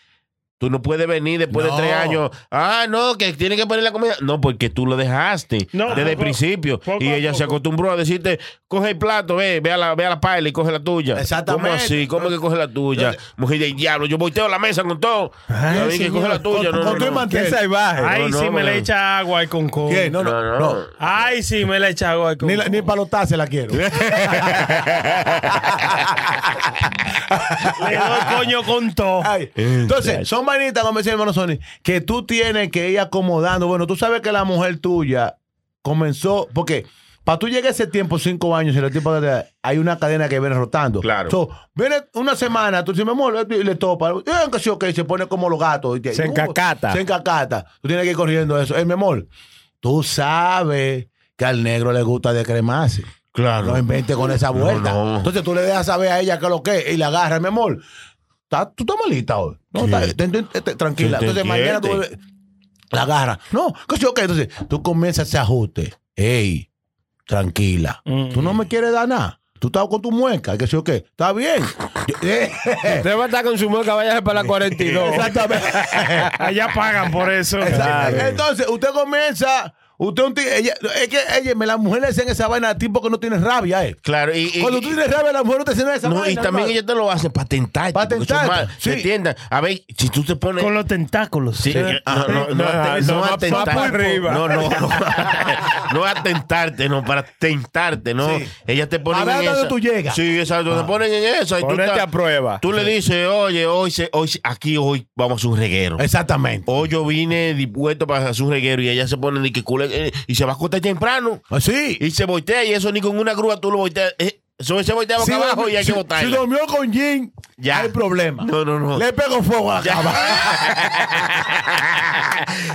E: Tú no puedes venir después
D: No.
E: de tres años. Ah, no, que tiene que poner la comida. No, porque tú lo dejaste
F: No,
E: desde el
F: poco-
E: principio.
F: poco
E: y
F: a
E: ella se
F: poco.
E: acostumbró a decirte, coge el plato, ve, ve a la, ve a la paila y coge la tuya.
D: Exactamente.
E: ¿Cómo así? ¿Cómo que coge la tuya? Mujer del diablo, yo volteo la mesa con todo. Ya vi Ah, que coge la tuya. No, no,
D: Ah, con tu
E: no.
D: mantel.
G: Qué salvaje.
F: Ay,
E: No,
F: si
E: no,
F: me le
E: man.
F: echa agua al concón.
D: ¿Qué? No, no,
E: No,
D: no.
E: no.
F: Ay, si me le echa agua al concón.
D: Ni, la- ni palotar se la quiero.
F: Le doy coño con todo.
D: Ay, Entonces, son vainitas, como decía el hermano Sony, que tú tienes que ir acomodando. Bueno, tú sabes que la mujer tuya comenzó, porque para tú llegar a ese tiempo, cinco años, en el tiempo que te- hay una cadena que viene rotando.
E: Claro.
D: So, viene una semana, tú dices, me muero, y le topa. Eh, que sí, ok, se pone como los gatos. y te- "Uh,
G: Se encacata.
D: Se encacata. Tú tienes que ir corriendo eso. Eh, mi amor, tú sabes que al negro le gusta de cremarse.
E: Claro.
D: No invente con esa vuelta.
E: Ah, no.
D: Entonces tú le dejas saber a ella que lo que es y la agarra, mi amor. ¿tá- tú estás malita hoy. No,
E: Sí.
D: está- te- te- te- te- tranquila.
E: Sí, te
D: Entonces mañana tú
E: entiende.
D: la agarra. No, que sí, ok. Entonces tú comienzas ese ajuste. Ey, tranquila. Tú no me quieres dar nada. Tú estás con tu mueca, que sí, ok. Está bien. Yo- eh,
G: Usted va a estar con su mueca, váyase para la 42.
D: Exactamente.
F: Allá pagan por eso.
D: Exacto. Entonces, usted comienza. Usted un tigre- ella- es que ella, me- las mujeres hacen esa vaina al tipo que no tiene rabia, eh.
E: Claro, y, y-
D: Cuando tú tienes rabia, las mujeres no te hacen esa
E: no,
D: vaina.
E: y también
D: hermano.
E: ellos te lo hacen para tentarte.
D: Pa'
E: porque son
D: tentarte,
E: mal-
D: sí.
E: ¿te entiendan? A ver, si tú te pones.
F: Con los tentáculos.
E: Sí, eh, no, no, no,
G: Ajá,
E: aten-
G: no,
E: no
G: más- más
E: atentar-
G: para arriba.
E: No, no, no. No atentarte, no, para tentarte, no.
D: Sí.
E: Ellas te
D: A
E: ponen
D: ver
E: en
D: hasta
E: esa.
D: dónde tú llegas. Ah.
E: Sí, exacto, te ponen en esa. Y tú,
G: Ponerte
E: estás-
G: a prueba.
E: Ah, tú le dices, oye, hoy, se- hoy, se- aquí hoy vamos a hacer un reguero.
D: Exactamente.
E: Hoy yo vine dispuesto para hacer un reguero y ella se pone ni que cule- eh, y se va a acostar temprano
D: Así.
E: Oh. y se voltea y eso ni con una grúa tú lo volteas. eh, eso se voltea boca
D: Si
E: abajo
D: dormi-
E: y hay
D: si-
E: que botarla.
D: Si durmió con Jin,
E: Ya.
D: hay problema.
E: No, no, no.
D: Le pego fuego a la cama.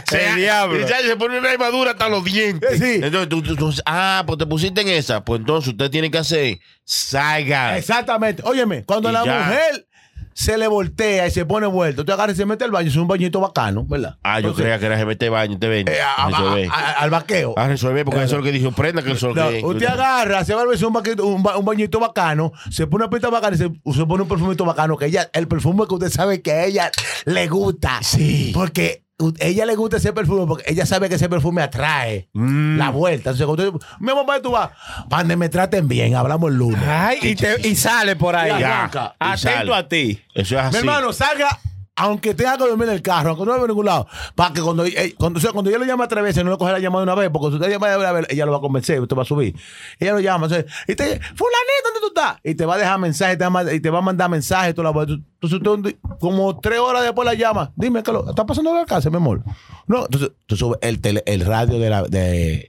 E: Se-
G: El diablo.
E: Y ya se pone una armadura hasta los dientes.
D: Sí.
E: Eh, Entonces, tú, tú- tú- ah, pues te pusiste en esa. Pues entonces usted tiene que hacer saga.
D: Exactamente. Óyeme, cuando
E: Y
D: la
E: ya.
D: mujer se le voltea y se pone vuelto, tú agarras y se mete al baño, es un bañito bacano, ¿verdad?
E: Ah, yo
D: Entonces,
E: creía que era se mete baño, te ven.
D: eh, a- a-
E: resolver.
D: a- a- al vaqueo.
E: Ah, resolver, porque eso es lo que dijo prenda que eso es
D: No,
E: lo que-
D: usted agarra, se va a beber un, vaquito- un, ba- un bañito bacano, se pone una pinta bacana y se, se pone un perfumito bacano, que ella, el perfume que usted sabe que a ella le gusta. Sí. Porque u- ella le gusta ese perfume, porque ella sabe que ese perfume atrae la vuelta. Entonces, cuando usted- mi mamá, tú vas, pande, me traten bien, hablamos el lunes.
G: Ay, y, te- y sale por ahí.
E: Ya,
D: arranca.
E: y
G: Atento
E: sale.
G: a ti.
E: Eso es así.
D: Mi hermano, salga, aunque tenga que dormir en el carro, aunque no vaya a ningún lado, para que cuando, eh, cuando, o sea, cuando yo lo llame a tres veces, no le coge la llamada de una vez, porque si usted llama de una vez, ella lo va a convencer, usted va a subir. Ella lo llama, entonces, y te fulanito, ¿dónde tú estás? Y te va a dejar mensaje, te va a, mand- y te va a mandar mensaje, toda la vaina. entonces usted un di- como tres horas después la llama, dime, Carlos, ¿está pasando la alcance, mi amor? No, entonces tú subes el, tele- el radio de la... De,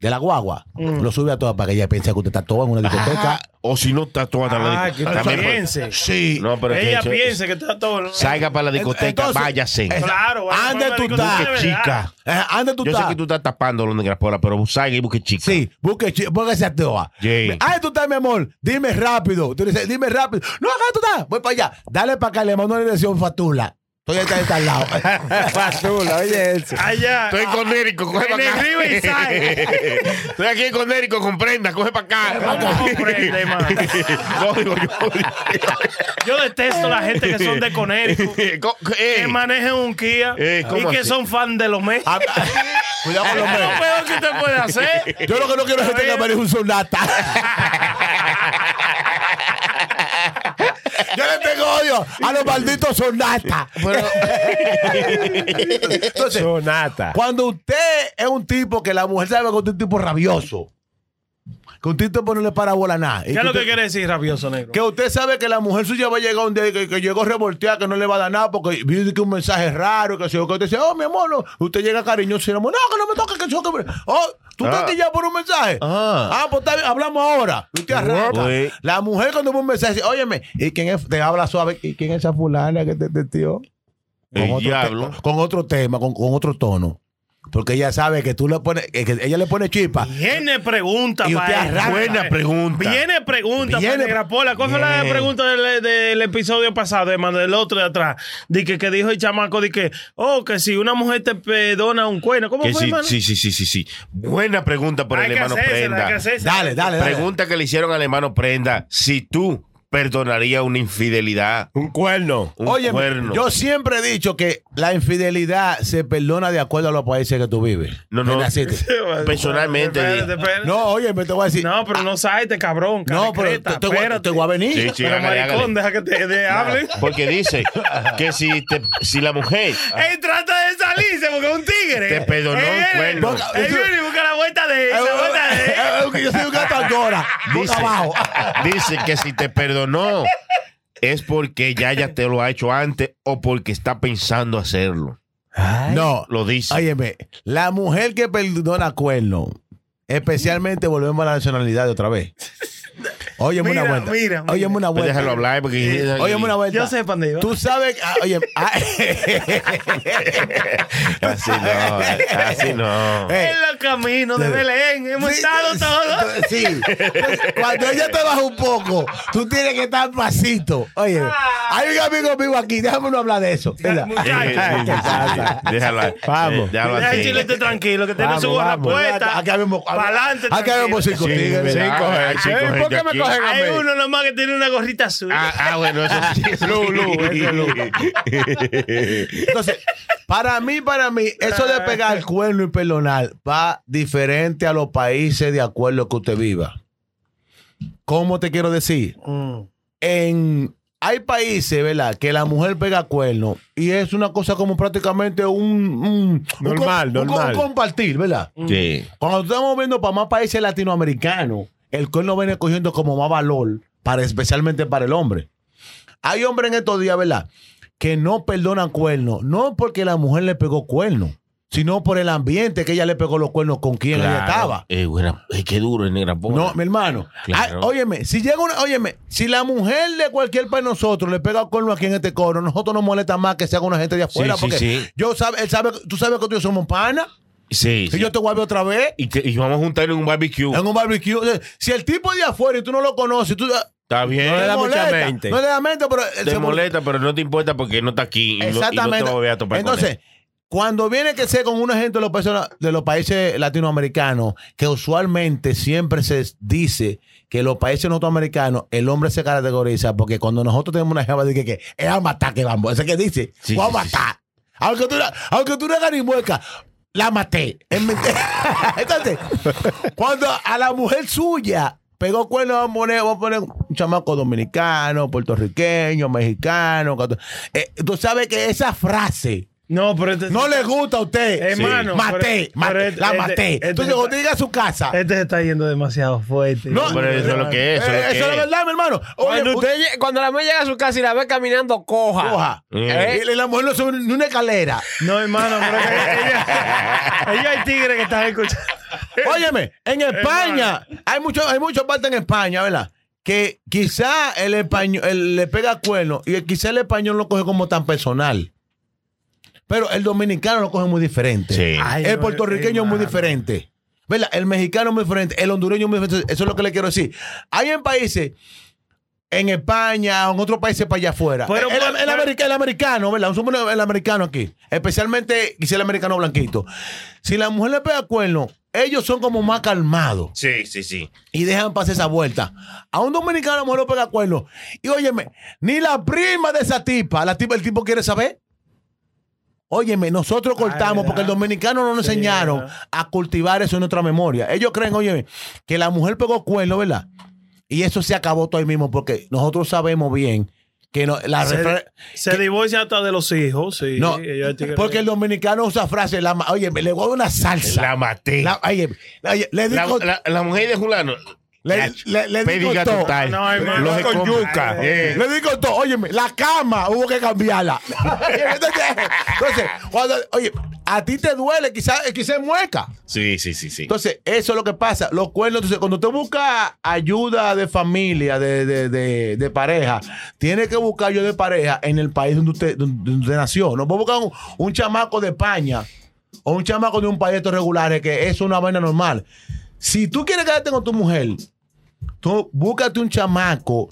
D: de la guagua,
E: Mm.
D: lo sube a todas para que ella piense que usted está todo en una discoteca.
E: Ah, o si no está toda la
F: Ah, que
E: discoteca. También puede-
F: piense.
E: Sí. No, pero
F: Ella
E: que-
F: piensa que está todo.
E: Salga para la discoteca,
D: Entonces-
E: váyase.
F: Claro, vaya,
D: Ande
F: vaya,
D: tú
F: discoteca
D: estás,
F: de verdad.
E: chica.
D: Eh, ¿Dónde tú
E: Yo sé
D: estás?
E: que tú estás tapando los negras por pero salga y busque chica.
D: Sí, busque, chi- póngase a toa.
E: Yeah.
D: Ahí tú estás, mi amor. Dime rápido. Tú dices, dime rápido. No, acá tú estás. Voy para allá. Dale para acá. Le mando una dirección fatula. Estoy ahí, está ahí, está al lado.
G: Fatula, oye eso.
F: Allá.
E: Estoy con Nérico, coge
F: En
E: para
F: el
E: acá.
F: río y sale.
E: Estoy aquí con Nérico, comprenda, coge para
F: No
E: acá.
F: comprende, man.
E: No, digo yo.
F: Yo detesto la gente que son de Conérico,
E: Co- co- eh,
F: que manejan un Kia
E: Eh,
F: y
E: ¿cómo
F: que
E: así?
F: son fan de los Mets.
D: Ah, Cuidado con los
F: Es lo
D: medios.
F: peor que usted puede hacer.
D: Yo lo que no quiero es que tenga marido un sonata. Yo le tengo odio a los malditos sonatas. Entonces,
G: Sonata.
D: cuando usted es un tipo que la mujer sabe que usted es un tipo rabioso, Que un tito no le para bola nada. Y
F: ¿Qué es lo que
D: usted-
F: quiere decir, rabioso negro?
D: que usted sabe que la mujer suya va a llegar un día y que, que llegó revolteada, que no le va a dar nada porque vio que un mensaje raro, que se yo, que usted dice, oh, mi amor, no. usted llega cariñoso y la mujer, no, que no me toque, que yo, que me- Oh, tú
J: Ah.
D: estás aquí ya por un mensaje.
J: Ah. pues.
D: Ah, pues está bien, hablamos ahora. Y usted arranca.
J: Uy.
D: La mujer cuando ve un mensaje dice, óyeme, ¿y quién es? Te habla suave, ¿y quién es esa fulana que te testió?
J: El
D: otro
J: diablo.
D: te- con otro tema, con, con otro tono. Porque ella sabe que tú le pones, que que ella le pone chispa.
F: Viene pregunta,
D: Y usted
F: pa'
D: arranca.
F: eso.
J: Buena pregunta.
F: Viene pregunta,
D: Viene
F: Viene
D: pre-
F: Grapola. ¿Cuál fue la
D: Bien.
F: pregunta del, del episodio pasado, de man- del otro de atrás? De que, que dijo el chamaco, de que, oh, que si una mujer te perdona un cuerno, ¿cómo
J: Que
F: fue,
J: sí,
F: Pues, hermano?
J: sí, sí, sí, sí, sí. Buena pregunta por
F: Hay
J: el
F: que
J: hermano
F: hacérsela,
J: Prenda.
F: hay que hacérsela.
D: Dale, dale, dale.
J: Pregunta que le hicieron al hermano Prenda. Si tú perdonarías una infidelidad.
I: Un cuerno.
J: Un
D: Oye,
J: cuerno.
D: yo siempre he dicho que la infidelidad se perdona de acuerdo a los países que tú vives.
J: No, no.
D: Que naciste.
J: Personalmente,
F: Espérate,
J: di-
F: espérate.
D: No, oye, me te voy a decir.
F: No, pero no sabes, te cabrón.
D: No, pero
F: carecreta,
D: te, te voy a-
F: espérate.
D: te voy a venir.
J: Sí, sí,
F: Pero
J: hágale,
F: maricón,
J: hágale.
F: deja que te de- hablen.
J: Porque dice que si, te- si la mujer
D: Ah.
F: Él trata de salirse porque es un tigre.
J: Te perdonó
F: Él
J: un
F: viene-
J: cuerno.
F: Él viene y busca la vuelta de él.
D: Eh,
F: La vuelta de él.
D: Yo soy un gato ahora.
J: dice,
D: abajo.
J: dice que si te perdonó es porque ya ya te lo ha hecho antes o porque está pensando hacerlo.
D: No,
J: Lo dice.
D: óyeme, la mujer que perdona cuerno, especialmente volvemos a la nacionalidad de otra vez. Óyeme una
F: Mira,
D: vuelta.
F: mira, mira.
D: Óyeme una
J: Pues
D: vuelta.
J: déjalo hablar porque
D: Óyeme una vuelta.
F: Yo sé pa' dónde iba.
D: eh, Tú sabes, ah, oye, ah,
J: así no, así no.
D: eh,
F: En los caminos de Belén hemos
D: Sí,
F: estado
D: sí,
F: todos.
D: Sí. Entonces, Cuando ella te baja un poco, tú tienes que estar pasito. Oye,
F: Ah.
D: hay un amigo mío aquí, déjame no hablar de eso. ¿verdad?
J: Déjala.
I: Vamos.
J: eh, Déjalo
F: Deja el
J: así.
F: chile esté tranquilo, que tiene
I: Vamos,
F: su gorra
I: vamos.
F: puesta.
D: Aquí habemos,
F: para adelante.
D: aquí habemos cinco
J: Sí,
D: tigres.
J: ¿verdad?
I: Cinco
J: Ay,
I: gente.
J: cinco
I: Ey, ¿por
J: gente
I: qué me
J: aquí.
I: cogen a
F: Hay
I: mí?
F: uno nomás que tiene una gorrita azul.
J: Ah, ah, bueno, eso sí. eso
I: Lu,
J: sí.
I: Lu, ese es Lu.
D: Entonces, para mí, para mí, eso de pegar el cuerno y perdonar va diferente a los países de acuerdo que usted viva. ¿Cómo te quiero decir?
F: Mm.
D: En hay países, ¿verdad? Que la mujer pega cuerno y es una cosa como prácticamente un, un- un
I: Normal,
D: com- un com-
I: normal.
D: compartir, ¿verdad?
J: Sí.
D: Cuando estamos viendo para más países latinoamericanos, el cuerno viene cogiendo como más valor, para, especialmente para el hombre. Hay hombres en estos días, ¿verdad? Que no perdonan cuernos, no porque la mujer le pegó cuerno, sino por el ambiente que ella le pegó los cuernos con quien ella estaba.
J: Eh, bueno, es que duro el negra porra.
D: No, mi hermano.
J: Claro.
D: Ay, óyeme, si llega una, óyeme, si la mujer de cualquier país de nosotros le pega cuerno aquí en este coro, nosotros nos molesta más que sea con una gente de afuera.
J: sí,
D: porque
J: sí.
D: yo sabe, él sabe, tú sabes que tú y yo somos panas,
J: Sí,
D: y
J: sí.
D: yo te vuelvo otra vez.
J: Y, te- y vamos a juntarnos en un barbecue.
D: En un barbecue. O sea, Si el tipo de afuera y tú no lo conoces, tú no
J: Está bien.
I: No le da mucha
D: molesta,
I: mente.
D: No le da mente, pero. eh,
J: te
D: se-
J: molesta, pero no te importa porque no está aquí. y no- y no te
D: Exactamente.
J: va a volver a topar con
D: Entonces,
J: él.
D: cuando viene que sea con una gente de los, personas- de los países latinoamericanos, que usualmente siempre se dice que los países norteamericanos, el hombre se caracteriza porque cuando nosotros tenemos una jeva, dice que es a matar que vamos. Ese que dice,
J: Sí,
D: vamos a
J: sí, sí,
D: matar. Aunque tú, la- aunque tú no hagas ni mueca, la maté. Es mentira. Entonces, cuando a la mujer suya pegó cuerno, vamos a poner, vamos a poner un chamaco dominicano, puertorriqueño, mexicano. cato- Eh, tú sabes que esa frase
F: No, pero este,
D: no le gusta a usted.
F: Hermano,
D: Maté,
F: pero-
D: maté,
F: pero este-
D: la
F: este-
D: maté.
F: este-
D: Entonces, cuando usted llega a su casa.
F: este se está yendo demasiado fuerte.
J: No, pero eso es lo que es. Eso
D: eh,
J: es lo
D: Eso es
J: que es.
D: verdad, mi hermano. Oye,
G: Cuando, usted lle- cuando la mujer llega a su casa y la ve caminando coja.
D: coja.
G: ¿eh?
D: Y la mujer no sube ni una escalera.
F: No, hermano, pero que ella, ella hay tigres que están escuchando.
D: Óyeme, en España, hay mucho, hay muchas partes en España, ¿verdad? Que quizá el español el- le pega cuerno y quizá el español lo coge como tan personal. Pero el dominicano lo coge muy diferente.
J: Sí.
F: Ay,
D: el
F: no,
D: puertorriqueño es muy
F: hermano.
D: diferente. ¿Verdad? El mexicano es muy diferente. El hondureño es muy diferente. Eso es lo que le quiero decir. Hay en países, en España, en otros países para allá afuera.
F: Pero,
D: el,
F: pero-
D: el america- el americano, ¿verdad? Un suponer el americano aquí. Especialmente, quizá el americano blanquito. Si la mujer le pega cuerno, ellos son como más calmados
J: Sí, sí, sí.
D: y dejan pasar esa vuelta. A un dominicano la mujer le pega cuerno. Y óyeme, ni la prima de esa tipa, la tipa, el tipo quiere saber. Óyeme, nosotros cortamos
F: ¿verdad?
D: porque el dominicano no nos
F: Sí,
D: enseñaron
F: ¿verdad?
D: a cultivar eso en nuestra memoria. Ellos creen, óyeme, que la mujer pegó cuerno, ¿verdad? Y eso se acabó todo ahí mismo porque nosotros sabemos bien que no, la
F: Se,
D: refra-
F: se divorcia hasta de los hijos, sí.
D: No,
F: Ellos tienen-
D: porque el dominicano usa frase, la, ma- oye, me le voy a una salsa.
E: La maté.
D: La- oye, oye, le
E: La,
D: digo,
E: la- la mujer de Julano.
D: le, le- le digo
E: Pédiga
D: todo.
E: total.
F: No, hermano.
D: Lo
E: Los
D: de con
E: escombros.
D: yuca.
E: Eh.
D: Le digo todo, óyeme, la cama hubo que cambiarla. Entonces, entonces, cuando, oye, a ti te duele, quizás quizá es mueca.
E: Sí, sí, sí, sí.
D: Entonces, eso es lo que pasa. Los cuernos, entonces, cuando tú buscas ayuda de familia, de, de- de- de pareja, tienes que buscar ayuda de pareja en el país donde usted, donde usted nació. No puedes buscar un, un chamaco de España o un chamaco de un país de estos regulares, que es una vaina normal. Si tú quieres quedarte con tu mujer, tú búscate un chamaco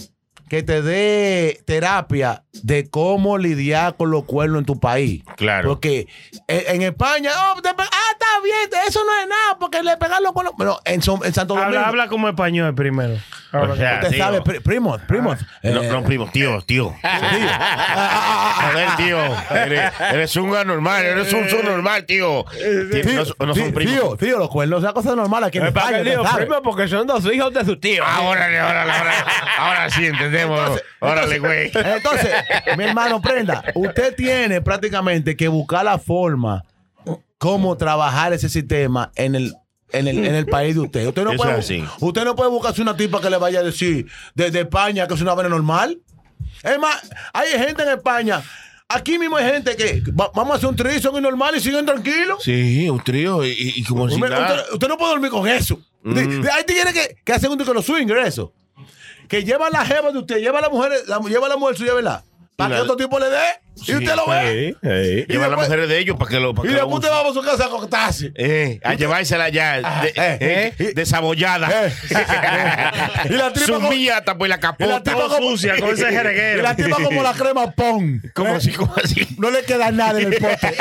D: que te dé terapia de cómo lidiar con los cuernos en tu país.
E: Claro.
D: Porque en, en España, "Oh, te pe- ah, está bien, eso no es nada, porque le pegan los cuernos. Bueno, en, Son- en Santo Domingo,
F: Habla, habla como español primero.
E: O sea,
D: usted
E: digo,
D: sabe, pri- primo, primo. eh,
E: No, no, primo, tío, tío. Joder, tío. Eres, eres un anormal, eres un subnormal, tío. Tío,
D: tío,
E: No, son- no son
D: tío,
E: primos.
D: tío, tío, los cuernos es una cosa normal aquí en
G: Me paga
D: España.
G: el
D: usted
G: lío,
D: sabe.
G: primo, porque son dos hijos de su tío.
E: Ah, órale, órale, órale. Ahora sí entendemos. órale, güey.
D: Entonces, mi hermano, prenda, usted tiene prácticamente que buscar la forma cómo trabajar ese sistema en el en el, en el país de usted. Usted no,
E: Eso
D: puede,
E: es así.
D: usted no puede buscarse una tipa que le vaya a decir desde España que es una vaina normal. Es más, hay gente en España. Aquí mismo hay gente que va- vamos a hacer un trison y normal y siguen tranquilos.
E: Sí, un trío y, y- y como si
D: Hombre,
E: nada.
D: Usted, usted no puede dormir con eso. De- de- Hay tigres que, que hacen un que los swingers, eso. Que lleva la jeva de usted, lleva a la mujer, la, lleva a la mujer suya, ¿verdad? Para
E: la-
D: que otro tipo le dé.
E: Sí,
D: y usted lo ve.
G: Sí, sí.
E: eh, Lleva a las
D: después-
E: mujeres de ellos para que lo. Para
D: Y
E: que lo
D: después usted
E: usen.
D: va a su casa a coctarse.
E: Eh, a llevársela ya
D: Ah,
E: de-
D: eh,
E: eh,
D: eh,
E: desabollada.
D: eh. Y la tripa como-
E: Sumía hasta por la
D: Y la
E: capota.
D: tipa como,
F: sucia, con ese
D: y
F: jereguero.
D: la tipa como la crema pon.
E: Como así, como así.
D: No le queda nada en el pote.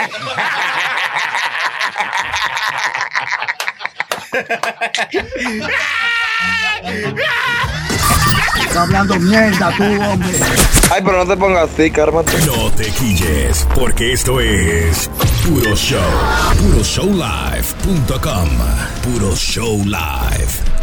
M: Está hablando mierda tú, hombre.
N: Ay, pero no te pongas así, cármate.
O: No te quilles, porque esto es Puro Show. PuroShowLive.com. Puro Show Live.